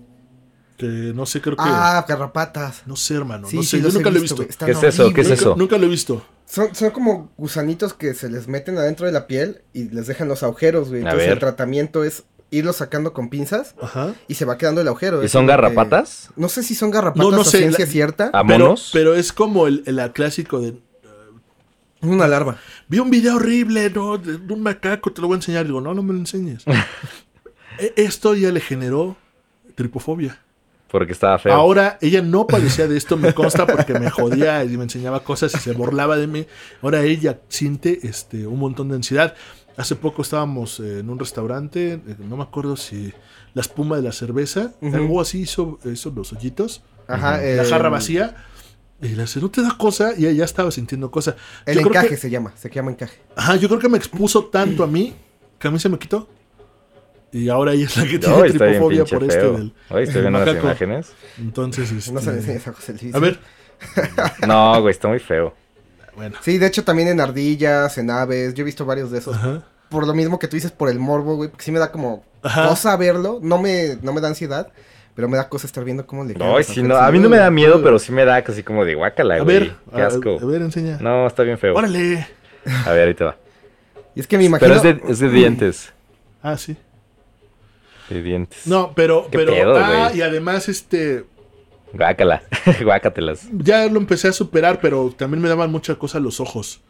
que no sé, creo que...
Ah, garrapatas.
No sé, hermano.
Sí,
no sé,
sí,
yo
los
nunca
he
lo he
visto,
visto.
güey. Están
¿Qué es eso? ¿Qué es
horribles.
eso?
Nunca, nunca lo he visto.
Son, son como gusanitos que se les meten adentro de la piel y les dejan los agujeros, güey.
A
Entonces
ver.
el tratamiento es irlos sacando con pinzas
Ajá.
y se va quedando el agujero.
¿Y
Es
son
como que-
garrapatas? Ah.
No sé si son garrapatas
No, no
a
sé,
ciencia
la-
cierta.
¿A
Pero,
monos?
pero es como el, el clásico de...
Una larva.
Vi un video horrible, ¿no? De, de un macaco, te lo voy a enseñar. Digo, no, no me lo enseñes. E- Esto ya le generó tripofobia.
Porque estaba feo.
Ahora ella no padecía de esto, me consta, porque me jodía y me enseñaba cosas y se burlaba de mí. Ahora ella siente este, un montón de ansiedad. Hace poco estábamos eh, en un restaurante, eh, no me acuerdo si la espuma de la cerveza,
Ujú.
algo así hizo, hizo los hoyitos,
Ajá.
la
eh,
jarra vacía. Y le hace, no te da cosa, y ella estaba sintiendo cosa.
El
Yo creo
encaje
que-
se llama, se llama encaje.
Ajá, yo creo que me expuso tanto a mí que a mí se me quitó. Y ahora ella es la que tiene
Ay, está bien
tripofobia
pinche
por este
feo.
del.
Ay, estoy
del
viendo las
macaco.
imágenes.
Entonces, este,
Pues No se le enseñes a José Luis.
a ver,
No, güey, está muy feo.
bueno.
Sí, de hecho también en ardillas, en aves, yo he visto varios de esos.
Ajá.
Por lo mismo que tú dices, por el morbo, güey, porque sí me da como
Ajá.
cosa verlo, no me, no me da ansiedad, pero me da cosa estar viendo cómo le caen
Ay,
los
sí,
ángeles.
no, a mí no me da miedo, pero sí me da así como de guácala,
A
güey.
ver,
Qué
a,
asco.
a ver, enseña.
No, está bien feo.
Órale.
A ver, ahorita va.
Y es que me imagino...
Pero es de, es de dientes.
Ah, sí.
De dientes.
No, pero,
Qué
pero,
pedo,
ah,
güey.
y además, este,
Guácala. Guácatelas.
ya lo empecé a superar, pero también me daban mucha cosa los ojos.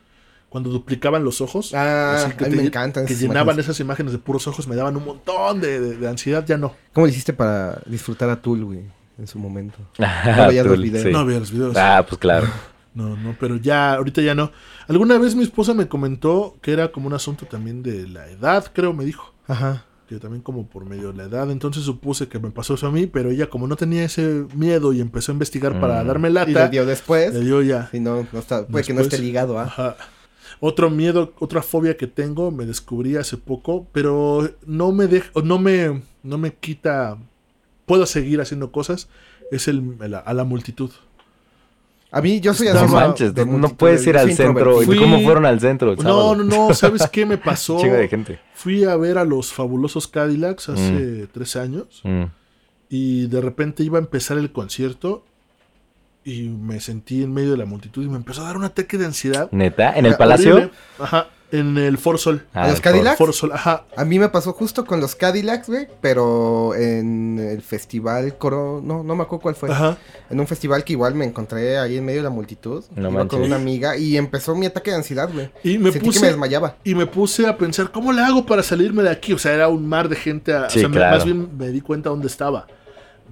Cuando duplicaban los ojos,
Ah,
así
a mí me encantan
que
esas
llenaban
imágenes.
esas imágenes de puros ojos, me daban un montón de, de- de ansiedad, ya no.
¿Cómo le hiciste para disfrutar a Tool, güey, en su momento?
Ah,
veías
tú,
los videos.
sí.
No veía los videos.
Ah, pues claro.
No, no, pero ya, ahorita ya no. Alguna vez mi esposa me comentó que era como un asunto también de la edad, creo, me dijo.
Ajá.
Que también como por medio de la edad. Entonces supuse que me pasó eso a mí, pero ella como no tenía ese miedo y empezó a investigar para
Mm.
darme
Y le
lata,
dio después.
le dio ya.
Si no, no está, puede que no
Después-
esté ligado a...
Ajá. Otro miedo, otra fobia que tengo, me descubrí hace poco, pero no me deja, no me, no me quita, puedo seguir haciendo cosas, es el, a la- a la multitud.
A mí, yo soy
No
así,
manches,
de
no
multitud,
puedes
yo
ir al
soy
centro.
introvertido.
Fui-
¿Y cómo fueron al centro? El
No,
sábado?
no, no, ¿sabes qué me pasó?
Chingo de gente.
Fui a ver a los fabulosos Cadillacs hace tres años
Mm.
y de repente iba a empezar el concierto y me sentí en medio de la multitud y me empezó a dar un ataque de ansiedad.
¿Neta? ¿En el palacio?
Horrible. Ajá, en el Forsol.
Ah,
¿A los
el
Cadillacs?
Forsol, ajá.
A mí me pasó justo con los Cadillacs, güey, pero en el festival Coro, no, no me acuerdo cuál fue.
Ajá.
En un festival que igual me encontré ahí en medio de la multitud,
No
iba
manches.
con una amiga y empezó mi ataque de ansiedad, güey.
Y me
Sentí
puse-
que me desmayaba.
Y me puse a pensar, ¿cómo le hago para salirme de aquí? O sea, era un mar de gente. a-
Sí,
o sea, me-
claro.
más bien me di cuenta dónde estaba.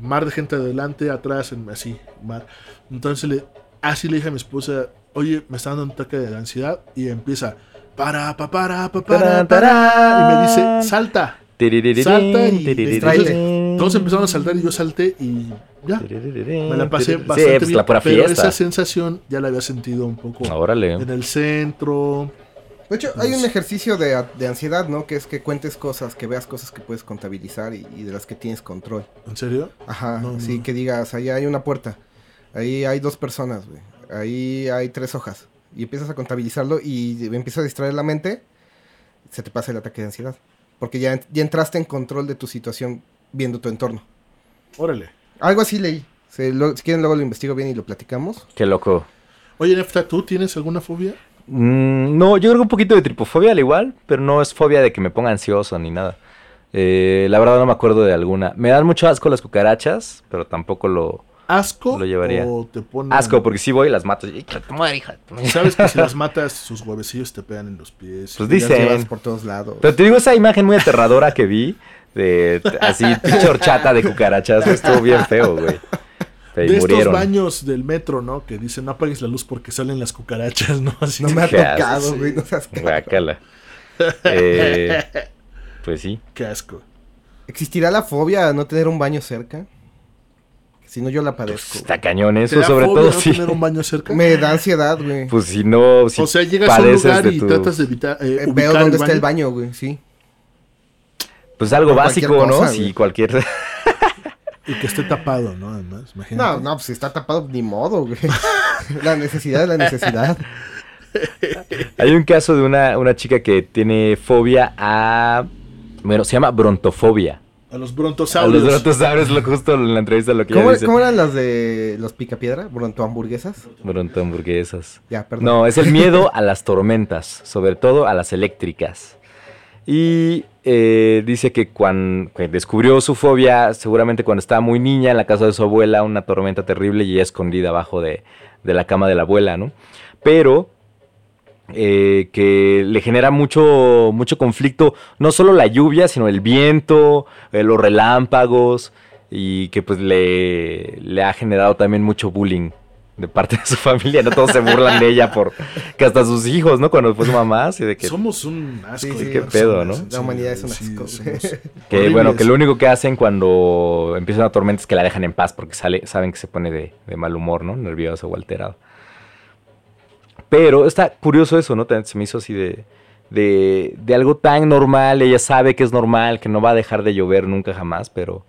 Mar de gente adelante, atrás, en- así, mar. Entonces, le, así le dije a mi esposa, oye, me está dando un ataque de ansiedad. Y empieza, para, pa, para, pa, para, para. Y me dice, salta.
Tiririrín,
Salta y
tiririrín.
distráele.
Todos empezaron a saltar y yo salté y ya.
Tiririrín,
Me la pasé
tiririrín.
bastante
Sí, pues
bien,
la pura
pero esa
fiesta. Ah,
sensación ya la había sentido un poco
Órale.
en el centro.
De hecho, hay un ejercicio de, a- de ansiedad, ¿no? Que es que cuentes cosas, que veas cosas que puedes contabilizar y, y de las que tienes control.
¿En serio?
Ajá,
No,
sí,
no.
que digas, ahí hay una puerta, ahí hay dos personas, güey, ahí hay tres hojas. Y empiezas a contabilizarlo y empieza a distraer la mente, se te pasa el ataque de ansiedad. Porque ya, ya entraste en control de tu situación viendo tu entorno.
Órale.
Algo así leí. Se lo- si quieren, luego lo investigo bien y lo platicamos.
Qué loco.
Oye, Nefta, ¿tú tienes alguna fobia?
Mm, no, yo creo que un poquito de tripofobia al igual, pero no es fobia de que me ponga ansioso ni nada. Eh, la verdad no me acuerdo de alguna. Me dan mucho asco las cucarachas, pero tampoco lo...
¿Asco
Lo llevaría.
o te ponen...
Asco, porque si voy y las mato. y- ¡Hija de tu madre, hija de tu madre!
Sabes que si las matas, sus huevecillos te pegan en los pies.
Pues
Las
dicen.
llevas por todos lados.
Pero te digo, esa imagen muy aterradora que vi, de t- así, pinche horchata de cucarachas, güey, estuvo bien feo, güey.
De
Y
estos
murieron.
baños del metro, ¿no? Que dicen, no apagues la luz porque salen las cucarachas, ¿no? Así.
No me ha
Qué asco,
tocado,
sí.
güey, no seas cabrón.
Guácala. Eh, pues sí.
Qué asco.
¿Existirá la fobia a no tener un baño cerca? Si no, yo la padezco.
Pues Está cañón
¿Te
eso,
da
sobre
fobia
todo
no
si.
tener un baño cerca?
güey. Me da ansiedad, güey.
Pues si no. Si
O sea, llegas a un
padeces
lugar
de
y
tu-
tratas de evitar... eh,
Eh,
ubicar
Veo dónde está el baño, güey, sí.
Pues algo
por cualquier
básico, ¿no?
cosa,
Sí,
güey.
cualquier.
Y que esté tapado, ¿no? Además, imagínate.
No, no, pues si está tapado, ni modo, güey. la necesidad es la necesidad.
Hay un caso de una, una chica que tiene fobia a. Bueno, se llama brontofobia.
A los
A
brontosaurios.
los brontosaurios, lo justo en la entrevista lo que ella
¿Cómo,
dice.
cómo eran las de los picapiedra? ¿Bronto hamburguesas?
Brontohamburguesas.
Ya, perdón.
No, es el miedo a las tormentas, sobre todo a las eléctricas. Y eh, dice que cuando descubrió su fobia, seguramente cuando estaba muy niña en la casa de su abuela, una tormenta terrible y ella escondida abajo de, de la cama de la abuela, ¿no? Pero eh, que le genera mucho, mucho conflicto, no solo la lluvia, sino el viento, eh, los relámpagos, y que pues le, le ha generado también mucho bullying de parte de su familia, no todos se burlan de ella por que hasta sus hijos, ¿no? Cuando fue su mamá, así de que
Somos un asco.
Sí, sí,
de
qué
pedo,
personas,
¿no?
en
La humanidad es un
sí,
asco.
somos
que
horribles.
bueno, que lo único que hacen cuando empieza una tormenta es que la dejan en paz porque sale, saben que se pone de, de mal humor, ¿no? Nervioso o alterado. Pero está curioso eso, ¿no? También Se me hizo así de, de, de algo tan normal. Ella sabe que es normal, que no va a dejar de llover nunca jamás, pero,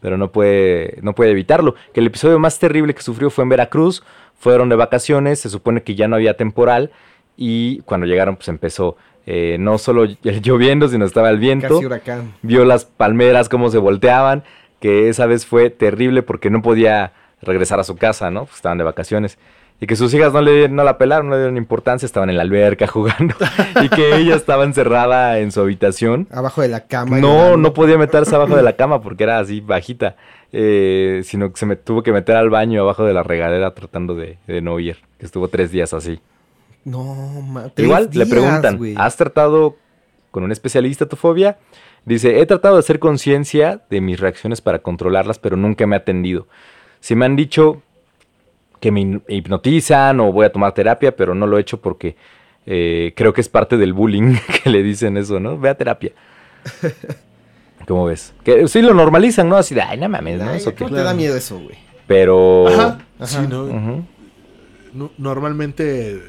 pero no, puede, no puede evitarlo. Que el episodio más terrible que sufrió fue en Veracruz. Fueron de vacaciones, se supone que ya no había temporal. Y cuando llegaron, pues empezó eh, no solo el lloviendo, sino estaba el viento
Casi huracán.
vio las palmeras cómo se volteaban, que esa vez fue terrible porque no podía regresar a su casa, ¿no? Pues estaban de vacaciones. Y que sus hijas no, le, no la pelaron, no le dieron importancia, estaban en la alberca jugando. y que ella estaba encerrada en su habitación.
Abajo de la cama.
No,
llorando.
no podía meterse abajo de la cama porque era así bajita. eh, sino que se me tuvo que meter al baño abajo de la regadera tratando de, de no huir. Que estuvo tres días así.
No, ma-
Igual
tres
le
días,
preguntan,
güey.
¿has tratado con un especialista tu fobia? Dice, he tratado de hacer conciencia de mis reacciones para controlarlas, pero nunca me ha atendido. Si me han dicho que me hin- hipnotizan o voy a tomar terapia, pero no lo he hecho porque eh, creo que es parte del bullying que le dicen eso, ¿no? Ve a terapia. ¿Cómo ves? Que sí lo normalizan, ¿no? Así de, ay, no mames, ¿no?
Ay,
Eso que-".
¿Cómo te da miedo eso, güey?
Pero...
Ajá, sí,
Ajá.
¿no?
Ujú.
No- Normalmente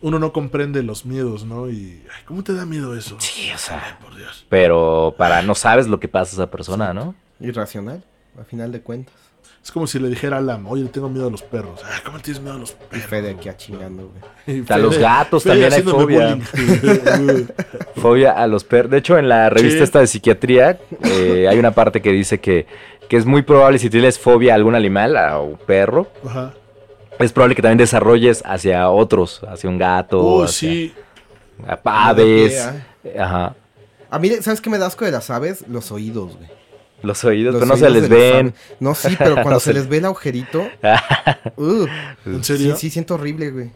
uno no comprende los miedos, ¿no? Y ay, ¿cómo te da miedo eso?
Sí, o sea,
Por Dios.
pero para no sabes lo que pasa a esa persona, ¿no?
Irracional, a final de cuentas.
Es como si le dijera a Alam, oye, le tengo miedo a los perros. Ay, ¿cómo tienes miedo a los
Y
perros?
Fede aquí achingando, güey.
Y
A los gatos también hay
haciéndome
fobia.
bullying.
Fobia a los perros. De hecho, en la revista
Sí.
esta de psiquiatría eh, hay una parte que dice que, que es muy probable si tienes fobia a algún animal, a un perro,
Ajá.
es probable que también desarrolles hacia otros, hacia un gato,
Oh,
hacia-
sí.
a aves.
Me da
Ajá.
ah, A mí, ¿sabes qué me da asco de las aves? Los oídos, güey.
Los oídos,
Los
pero no se
oídos
les
de las
ven.
aves. No, sí, pero cuando
No
se
se-
les ve el agujerito. uh,
¿En
sí,
serio?
sí, siento horrible, güey.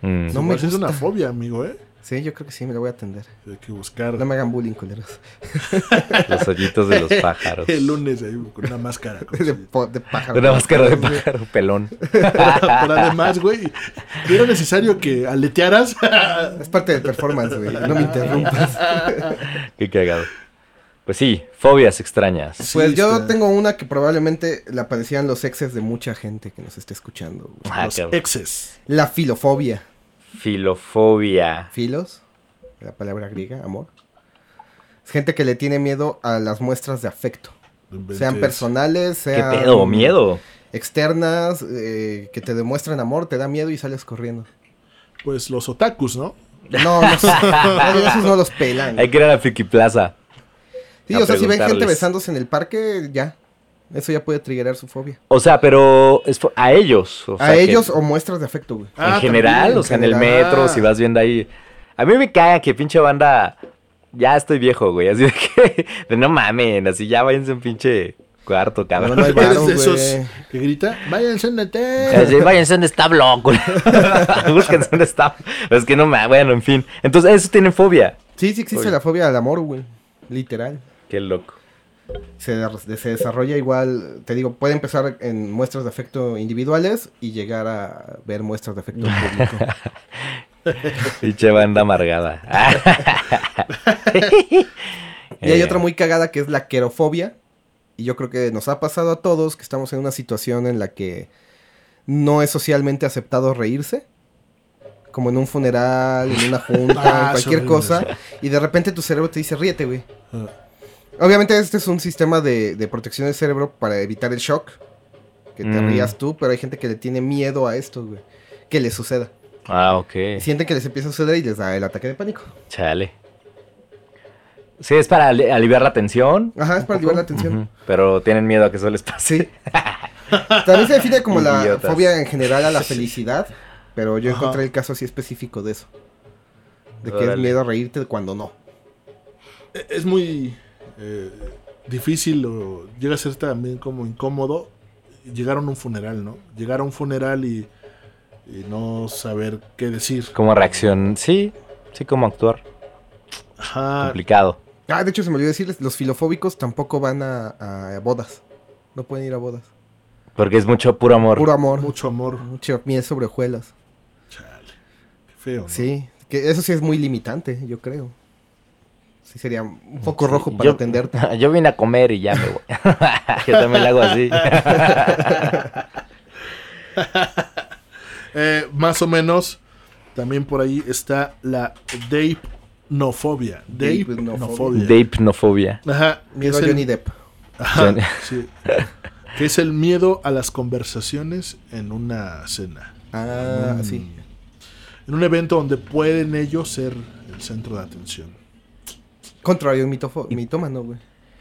Mm.
No
No
me
me es una
gusta.
fobia, amigo, ¿eh?
Sí, yo creo que sí, me lo voy a atender.
Hay que buscar
No me hagan bullying, culeros.
Los hoyitos de los pájaros.
el lunes ahí con una máscara. con-
De, po- de pájaro.
Una máscara de pájaro pelón.
Pero además, güey, era necesario que aletearas.
Es parte del performance, güey. No me interrumpas.
Qué cagado. Pues sí, fobias extrañas.
Pues
Sí,
yo
está.
tengo una que probablemente la padecían los exes de mucha gente que nos esté escuchando. güey.
Ah,
Los
cabrón.
exes.
La filofobia.
Filofobia.
Filos, la palabra griega, amor. Es gente que le tiene miedo a las muestras de afecto. Sean personales,
¿Qué
sean
pedo? Miedo.
externas, eh, que te demuestran amor, te da miedo y sales corriendo.
Pues los otakus, ¿no?
No, los- no, esos no los pelan.
Hay que ir a la Friki Plaza.
Sí,
a
o sea, si ven gente
preguntarles.
besándose en el parque, ya. Eso ya puede triggerar su fobia.
O sea, pero es fo- a ellos. o
a
sea, que-
ellos o muestras de afecto, güey.
en general,
también,
o sea, Ah, en el
general.
metro, si vas viendo ahí. A mí me caga que pinche banda. Ya estoy viejo, güey. Así de que. de no mamen, así ya váyanse a un pinche cuarto, cabrón.
No hay
Pues, Eres
varo,
de
güey.
esos que grita, váyanse en
Así, váyanse a un establo, güey. Búsquense un establo. Es que no me. Bueno, en fin. Entonces, eso tienen fobia.
Sí, sí existe
Oye.
la fobia al amor, güey. Literal.
Qué loco.
se, de- se desarrolla igual, te digo, puede empezar en muestras de afecto individuales y llegar a ver muestras de afecto en público.
Pinche banda amargada.
y hay
Eh,
otra muy cagada que es la querofobia. Y yo creo que nos ha pasado a todos que estamos en una situación en la que no es socialmente aceptado reírse. Como en un funeral, en una junta, en
Ah,
cualquier
sí,
cosa. Y de repente tu cerebro te dice, ríete, güey.
Ah,
Obviamente este es un sistema de, de protección del cerebro para evitar el shock. Que te
Mm.
rías tú, pero hay gente que le tiene miedo a esto, güey. Que le suceda.
Ah, ok.
Sienten que les empieza a suceder y les da el ataque de pánico.
Chale. Sí, es para ali- aliviar la tensión.
Ajá, es para aliviar la atención.
Ujú, Pero tienen miedo a que eso les pase.
Sí. También se define como la
Idiotas.
fobia en general a la felicidad, pero yo
Ajá.
encontré el caso así específico de eso. De que es
Órale.
miedo a reírte cuando no.
E-, Es muy eh, difícil o llega a ser también como incómodo llegar a un funeral, ¿no? Llegar a un funeral y, y no saber qué decir.
Como reacción. Sí, sí, como actuar.
Ajá.
Complicado.
Ah, de hecho se me olvidó decirles, los filofóbicos tampoco van a, a bodas. No pueden ir a bodas.
Porque es mucho puro amor.
Puro amor. Mucho,
Mucho amor.
miel sobre hojuelas.
Chale. Qué feo. ¿no?
Sí. Que eso sí es muy limitante, yo creo. Sí, sería un foco rojo para
yo,
atenderte.
Yo vine a comer y ya me voy. yo también la hago así.
Eh, más o menos, también por ahí está la Dape-nofobia.
Dape-nofobia.
Dape-nofobia.
De hipnofobia.
Ajá. que
Miedo
es
a
el-
Johnny Depp.
Ajá,
Johnny.
sí. Que es el miedo a las conversaciones en una cena.
Ah, sí.
En un evento donde pueden ellos ser el centro de atención.
Contrario, mitofo mitómano, güey.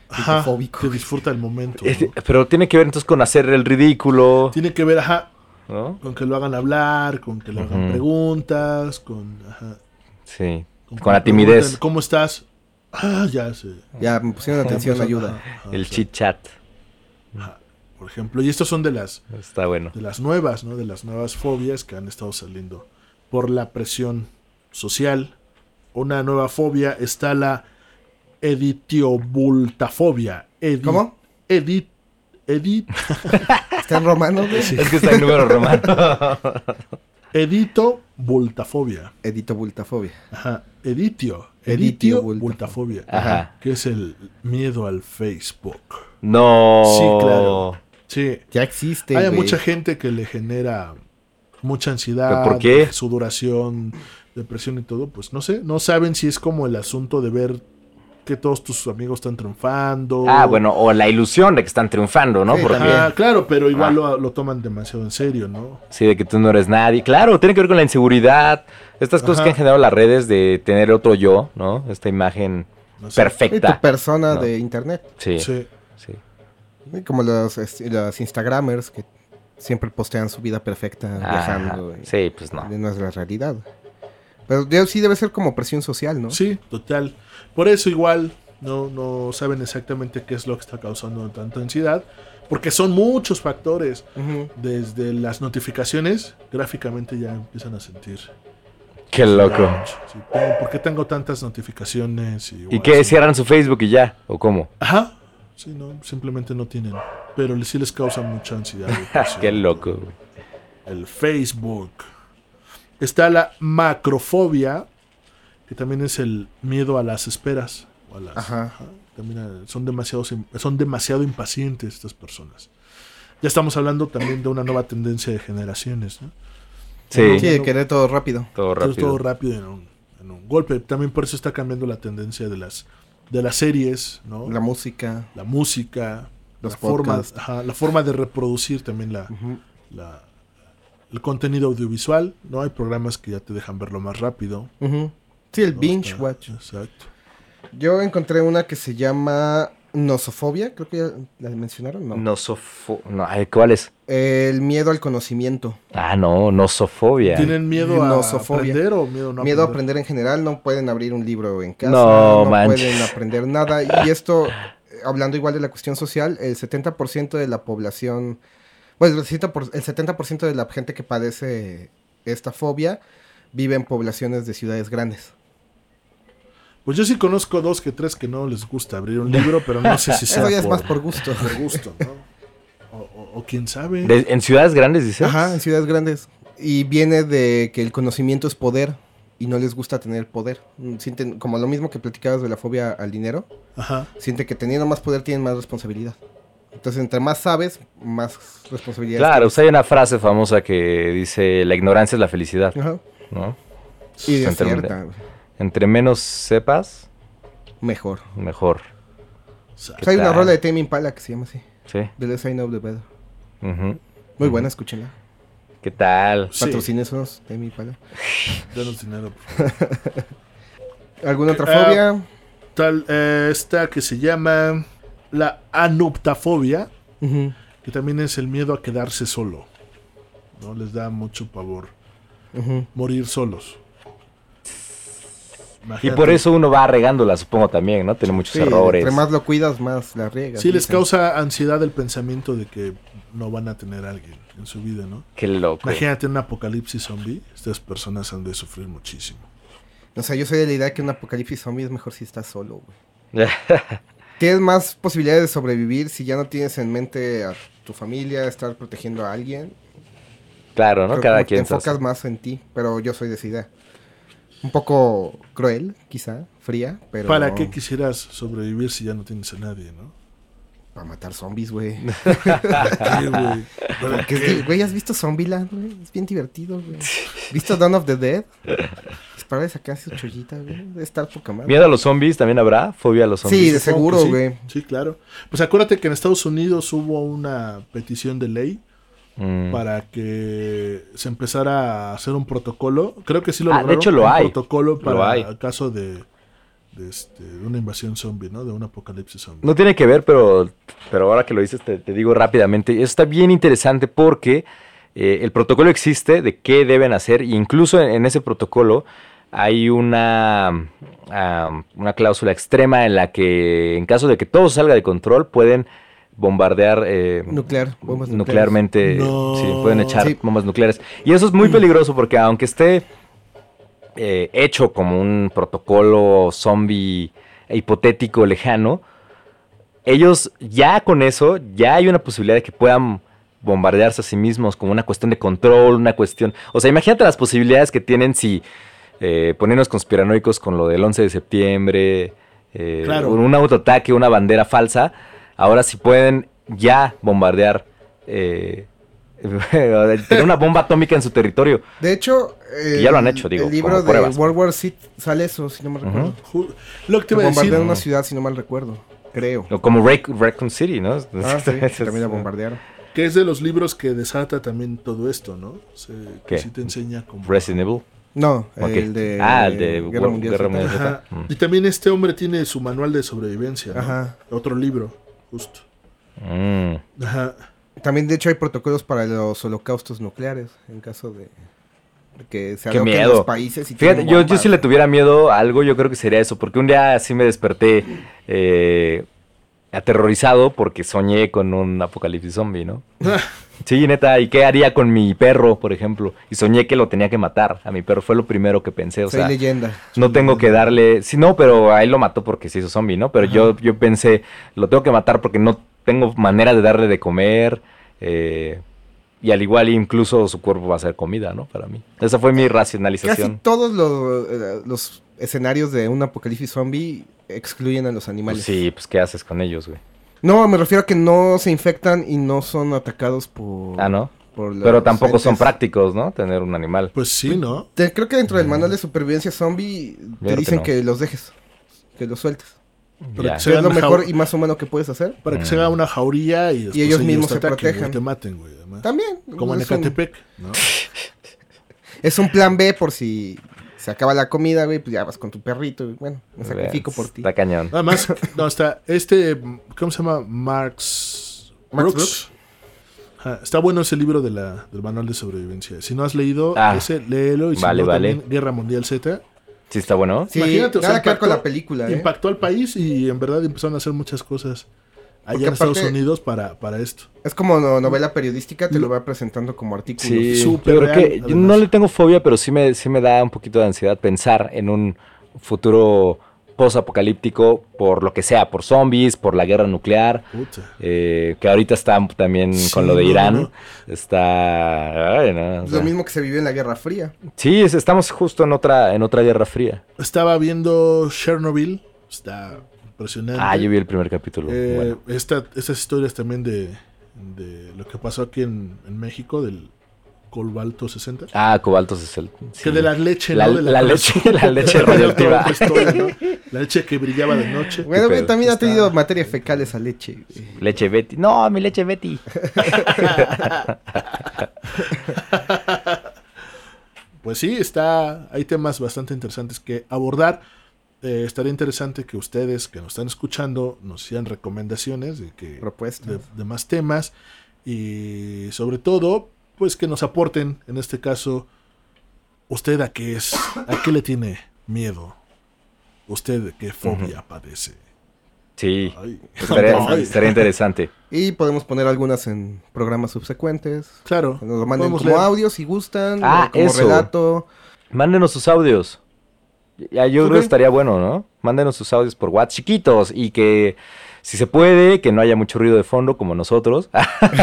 Ajá,
Mitofóbico.
que disfruta el momento.
Es-
¿no?
Pero tiene que ver entonces con hacer el ridículo,
Tiene que ver, ajá,
¿no?
con que lo hagan hablar, con que le hagan
Ujú.
preguntas, con, ajá,
Sí.
con
Con la
que pregunten,
timidez.
¿Cómo estás? Ah, ya sé.
Ya me pusieron atención,
Ajá,
ayuda.
Pues, ajá,
El
sí,
chit chat.
ajá, Por ejemplo, y estos son de las
Está bueno.
de las nuevas, ¿no? De las nuevas fobias que han estado saliendo por la presión social. Una nueva fobia está la editiobultafobia. Edi-
¿Cómo?
Edit, edit,
Está en romano, güey.
Es que está en número romano.
editobultafobia.
Edito bultafobia.
Ajá. Editio.
Editio,
Editio
bulta-
bultafobia.
Ajá.
Que es el miedo al Facebook.
No.
Sí, claro. Sí.
Ya
Este,
existe,
Hay a
güey.
mucha gente que le genera mucha ansiedad,
¿Pero por qué?
sudoración, depresión y todo, pues no sé, no saben si es como el asunto de ver que todos tus amigos están triunfando.
Ah, bueno, o la ilusión de que están triunfando, ¿no?
Sí,
Porque
Ah, claro, pero igual
Ah.
lo, lo toman demasiado en serio, ¿no?
sí, de que tú no eres nadie. Claro, tiene que ver con la inseguridad. Estas cosas
Ajá.
que han generado las redes de tener otro yo, ¿no? Esta imagen
No sé.
Y tu
perfecta.
persona
No.
de internet.
Sí, sí.
Sí.
¿no? Como los, es- los Instagramers que siempre postean su vida perfecta
Ajá.
viajando. y-
Sí, pues no.
de nuestra realidad. Pero yo- sí debe ser como presión social, ¿no?
Sí, total. Por eso igual no, no saben exactamente qué es lo que está causando tanta ansiedad, porque son muchos factores.
Ujú.
Desde las notificaciones, gráficamente ya empiezan a sentir
Qué loco.
Sí, pero ¿Por qué tengo tantas notificaciones? Y,
¿Y
guay,
qué?
sí?
¿Cierran su Facebook y ya? ¿O cómo?
Ajá. Sí, no, simplemente no tienen. Pero le- sí les causa mucha ansiedad. depresión.
Qué loco, güey.
El Facebook. Está la macrofobia, que también es el miedo a las esperas. o a las-
Ajá.
también a- son, demasiado, son demasiado impacientes estas personas. Ya estamos hablando también de una nueva tendencia de generaciones, ¿no?
Sí,
Sí, de querer todo rápido.
todo
Todo-
rápido.
todo rápido en un, en un golpe. También por eso está cambiando la tendencia de las, de las series, ¿no?
La música.
la música,
Los
la, forma,
podcasts.
ajá, la forma de reproducir también la,
Ujú.
la- el contenido audiovisual. No hay programas que ya te dejan verlo más rápido.
Ujú. Sí, el
¿no?
binge
Está-
watch.
Exacto.
Yo encontré una que se llama nosofobia, creo que ya la mencionaron, ¿no?
Nosofo... No, ay, ¿cuál es?
El miedo al conocimiento.
Ah, no, nosofobia.
¿Tienen miedo a
Nosofobia.
aprender o miedo a no
miedo a aprender en general, no pueden abrir un libro en casa,
No,
no,
manches.
pueden aprender nada. Y esto, eh, hablando igual de la cuestión social, el 70% de la población, bueno, el 70% el 70% de la gente que padece esta fobia vive en poblaciones de ciudades grandes.
Pues yo sí conozco dos que tres que no les gusta abrir un libro, pero no sé si sea
Eso ya es
por,
más por gusto.
por gusto, ¿no? O, o- o quién sabe.
De- ¿En ciudades grandes, dices?
Ajá, en ciudades grandes. Y viene de que el conocimiento es poder y no les gusta tener poder. Mm, Sienten, como lo mismo que platicabas de la fobia al dinero,
Ajá.
sienten que teniendo más poder tienen más responsabilidad. Entonces, entre más sabes, más responsabilidad.
Claro, o sea, hay una frase famosa que dice, la ignorancia es la felicidad,
Ajá.
¿no?
Y es
Entre-
cierta, güey.
Entre menos sepas,
mejor.
mejor.
O sea, hay una
tal?
rola de Tame Impala que se llama así.
Sí.
The Less I Know, The Better.
ujú.
Muy buena, escúchenla.
¿Qué tal?
Sí,
Patrocínenos, Tame Impala.
danos dinero, por favor.
¿Alguna otra
Ah.
fobia?
Tal, eh, esta que se llama la anoptafobia.
Ujú.
que también es el miedo a quedarse solo. No les da mucho pavor
Ujú.
morir solos.
Y
Imagínate.
por eso uno va regándola, supongo también, ¿no? Tiene muchos
Sí,
errores.
entre más lo cuidas, más la riegas.
Sí, les
dicen.
causa ansiedad el pensamiento de que no van a tener a alguien en su vida, ¿no?
Qué loco.
Imagínate un apocalipsis zombie. Estas personas han de sufrir muchísimo.
O sea, yo soy de la idea que un apocalipsis zombie es mejor si estás solo, güey. Tienes más posibilidades de sobrevivir si ya no tienes en mente a tu familia, estar protegiendo a alguien.
Claro, ¿no?
Creo
Cada
que
quien
Te
sus-
enfocas más en ti, pero yo soy de esa idea. Un poco cruel, quizá, fría, pero.
¿Para qué quisieras sobrevivir si ya no tienes a nadie, no?
Para matar zombies, güey.
Sí, güey. ¿Para
Porque,
qué?
sí, güey, ¿has visto Zombieland, güey? Es bien divertido, güey. ¿Viste Dawn of the Dead? Dispararles acá a su chollita, güey. Debe estar poca madre.
Miedo a los zombies también habrá, fobia a los zombies.
Sí, de
Supongo
seguro,
que sí.
güey.
Sí, claro. Pues acuérdate que en Estados Unidos hubo una petición de ley
Mm.
para que se empezara a hacer un protocolo. Creo que sí lo
Ah, de
lograron,
hecho lo
un
hay.
protocolo para
hay.
el caso de, de, este, de una invasión zombie, ¿no? De un apocalipsis zombie.
No tiene que ver, pero, pero ahora que lo dices te, te digo rápidamente. Eso está bien interesante porque eh, el protocolo existe de qué deben hacer e incluso en, en ese protocolo hay una, am, una cláusula extrema en la que en caso de que todo salga de control pueden bombardear eh,
Nuclear, bombas nucleares.
nuclearmente.
No.
sí, pueden echar
Sí. Mm.
bombas nucleares. Y eso es muy peligroso porque aunque esté eh, hecho como un protocolo zombie hipotético lejano, ellos ya con eso, ya hay una posibilidad de que puedan bombardearse a sí mismos como una cuestión de control, una cuestión... O sea, imagínate las posibilidades que tienen si eh, ponernos conspiranoicos con lo del 11 de septiembre, eh,
Claro.
un autoataque, una bandera falsa, ahora sí pueden ya bombardear, eh, tener una bomba atómica en su territorio.
De hecho, eh,
Que ya lo han hecho, digo,
el
como
libro de
pruebas.
World War Z sale eso, si no me recuerdo.
Ju- Lo que te
Que
iba a decir.
bombardearon una ciudad, si no mal recuerdo. Creo.
O Como Rac- Raccoon City, ¿no?
Ah, sí, que
Entonces,
también la bombardearon.
Que es de los libros que desata también todo esto, ¿no? Se- que
¿Qué?
sí te enseña como...
Resident Evil.
No,
Ok.
el de.
Ah, el de World- Guerra
Z.
Mundial.
Ajá.
Mm.
Y también este hombre tiene su manual de sobrevivencia, ¿no?
Ajá.
Otro libro, justo.
Mm.
Ajá.
También, de hecho, hay protocolos para los holocaustos nucleares. En caso de. de Que se
Qué
aloquen
miedo.
los países y
Fíjate,
tienen
yo, yo
bombas.
si le tuviera miedo a algo, yo creo que sería eso, porque un día así me desperté eh, aterrorizado porque soñé con un apocalipsis zombie, ¿no? Sí, neta, ¿y qué haría con mi perro, por ejemplo? Y soñé que lo tenía que matar a mi perro, fue lo primero que pensé, o
Soy
sea,
Pues leyenda.
no tengo que darle, sí, no, pero a él lo mató porque se hizo zombie, ¿no? Pero yo, yo pensé, lo tengo que matar porque no tengo manera de darle de comer, eh, y al igual incluso su cuerpo va a ser comida, ¿no? Para mí. Esa fue mi racionalización.
Casi todos los, eh, los escenarios de un apocalipsis zombie excluyen a los animales.
Pues sí, pues ¿qué haces con ellos, güey?
No, me refiero a que no se infectan y no son atacados por.
Ah, ¿no?
por los
Pero tampoco son
entes.
prácticos, ¿no? Tener un animal.
Pues sí, ¿no?
Te- creo que dentro del manual de supervivencia zombie te
creo que
dicen
no.
que, los dejes, que los sueltes.
Ya.
Pero que
Que es
sean
lo mejor
jau-
y más humano que puedes hacer.
Para que se haga una jauría y, después
Mm. ellos mismos
te
se
ataquen, güey,
protejan.
te maten, güey. además.
También. pues,
Como en
es, un,
Ecatepec, ¿no?
es un plan B por si se acaba la comida, güey, pues ya vas con tu perrito, güey, bueno, me sacrifico por ti.
Está cañón.
Además, no, está este, ¿cómo se llama? Marx
Max
Brooks.
Brooks.
Ajá, está bueno ese libro de la, del manual de sobrevivencia. Si no has leído
Ah.
ese, léelo. Y si
Vale,
no,
vale.
también Guerra Mundial Z.
Sí, está bueno.
Sí,
Imagínate, o sea,
nada que ver con
impactó-
la película, ¿eh?
Impactó al país y en verdad empezaron a hacer muchas cosas allá
Porque
en Estados
aparte-
Unidos para, para esto.
Es como no- novela periodística, te lo va presentando como artículo.
Mm. Sí,
Súper
yo creo que
real,
yo no
además.
le tengo fobia, pero sí me, sí me da un poquito de ansiedad pensar en un futuro posapocalíptico por lo que sea, por zombies, por la guerra nuclear,
Puta.
eh, que ahorita está también
Sí,
con lo de
no,
Irán.
no.
Está... ay, no, o
Es
sea.
lo mismo que se vivió en la Guerra Fría.
Sí, es- estamos justo en otra, en otra guerra fría.
Estaba viendo Chernobyl. Está impresionante.
Ah, yo vi el primer capítulo.
Eh,
bueno.
esta- estas historias también de, de lo que pasó aquí en, en México, del Colbalto 60.
Ah, Cobalto es el.
Que de la leche,
La-
¿no? De
la leche- la leche radioactiva.
Otra historia, ¿no? La leche que brillaba de noche.
Bueno, güey,
pedo.
también ha
Está-
tenido materia fecal esa leche. eh, güey.
Leche Betty. No, mi leche Betty.
Pues sí, está. Hay temas bastante interesantes que abordar. Eh, estaría interesante que ustedes que nos están escuchando nos hicieran recomendaciones de que
Propuestas.
de, de más temas y sobre todo pues que nos aporten en este caso usted a qué es a qué le tiene miedo usted qué fobia padece
Sí,
Ay.
estaría,
Ay.
estaría interesante.
Y podemos poner algunas en programas subsecuentes.
claro
Nos lo manden
podemos
como
leer.
audio si gustan,
Ah,
o como
eso.
relato.
Mándenos sus audios. Ya, yo creo que estaría bueno, ¿no? Mándenos sus audios por WhatsApp, chiquitos, y que si se puede, que no haya mucho ruido de fondo como nosotros.
que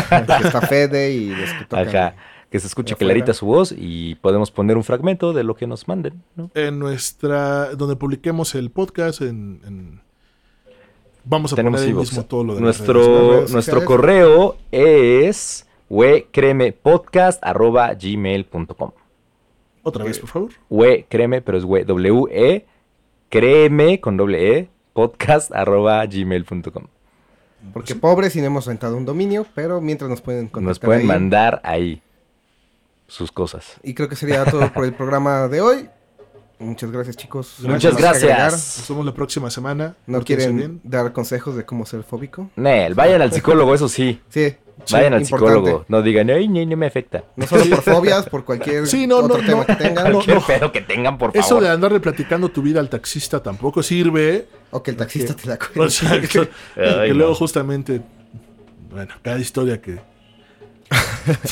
está Fede y los que tocan.
Ajá, que se escuche
Afuera.
clarita su voz y podemos poner un fragmento de lo que nos manden, ¿no?
En nuestra. Donde publiquemos el podcast. En. en- vamos a
Tenemos
poner ahí
iVoox.
mismo todo lo de las redes.
las
nuestro,
redes
nuestro
sociales.
correo es huecremepodcast.gmail.com.
Otra vez, por favor.
Hue, créeme, pero es hue, W-E, créeme con doble E, podcast arroba gmail.com. Eh,
Porque pobres y no hemos rentado un dominio, pero mientras nos pueden contactar
Nos pueden
ahí.
mandar ahí sus cosas.
Y creo que sería todo por el programa de hoy. Muchas gracias, chicos.
Muchas
Nada más que agregar.
Nos
gracias.
vemos la próxima semana.
¿No
Pórtense
quieren
bien.
dar consejos de cómo ser fóbico?
Nel, vayan al psicólogo, eso sí.
Sí.
Vayan al
importante.
psicólogo. No digan, ay, no, no me afecta.
No solo por fobias, por cualquier
Sí, no,
otro
no,
tema
no.
que tengan.
No.
Cualquier pedo que tengan, por
Eso
favor.
de andarle platicando tu vida al taxista tampoco sirve. ¿eh?
O que el taxista te la cuente.
O sea, que,
Ay,
que
no.
luego justamente. Bueno, cada historia que.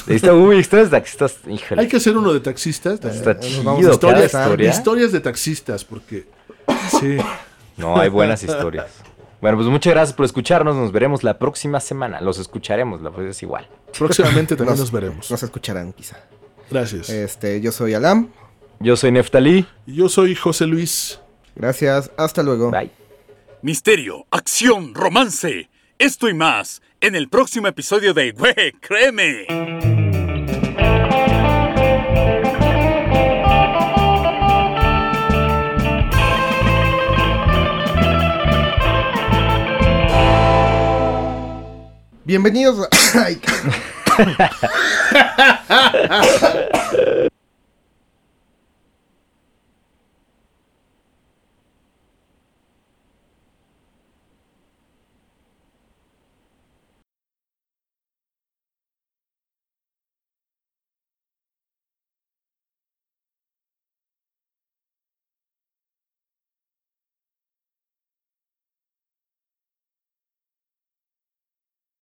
Está muy extraño, taxistas, híjole.
Hay que hacer uno de taxistas.
Está
Nos vamos
chido
a
cada
historias,
historia.
Historias de taxistas, porque. Sí.
No, hay buenas historias. Bueno, pues muchas gracias por escucharnos. Nos veremos la próxima semana. Los escucharemos, la verdad es igual.
Próximamente también nos veremos.
Nos escucharán, quizá.
Gracias.
Eh.
Este, yo soy Alam.
Yo soy Neftalí.
Yo soy José Luis.
Gracias. Hasta luego.
Bye.
Misterio, acción, romance. Esto y más en el próximo episodio de Güey, créeme.
Bienvenidos a... Ay,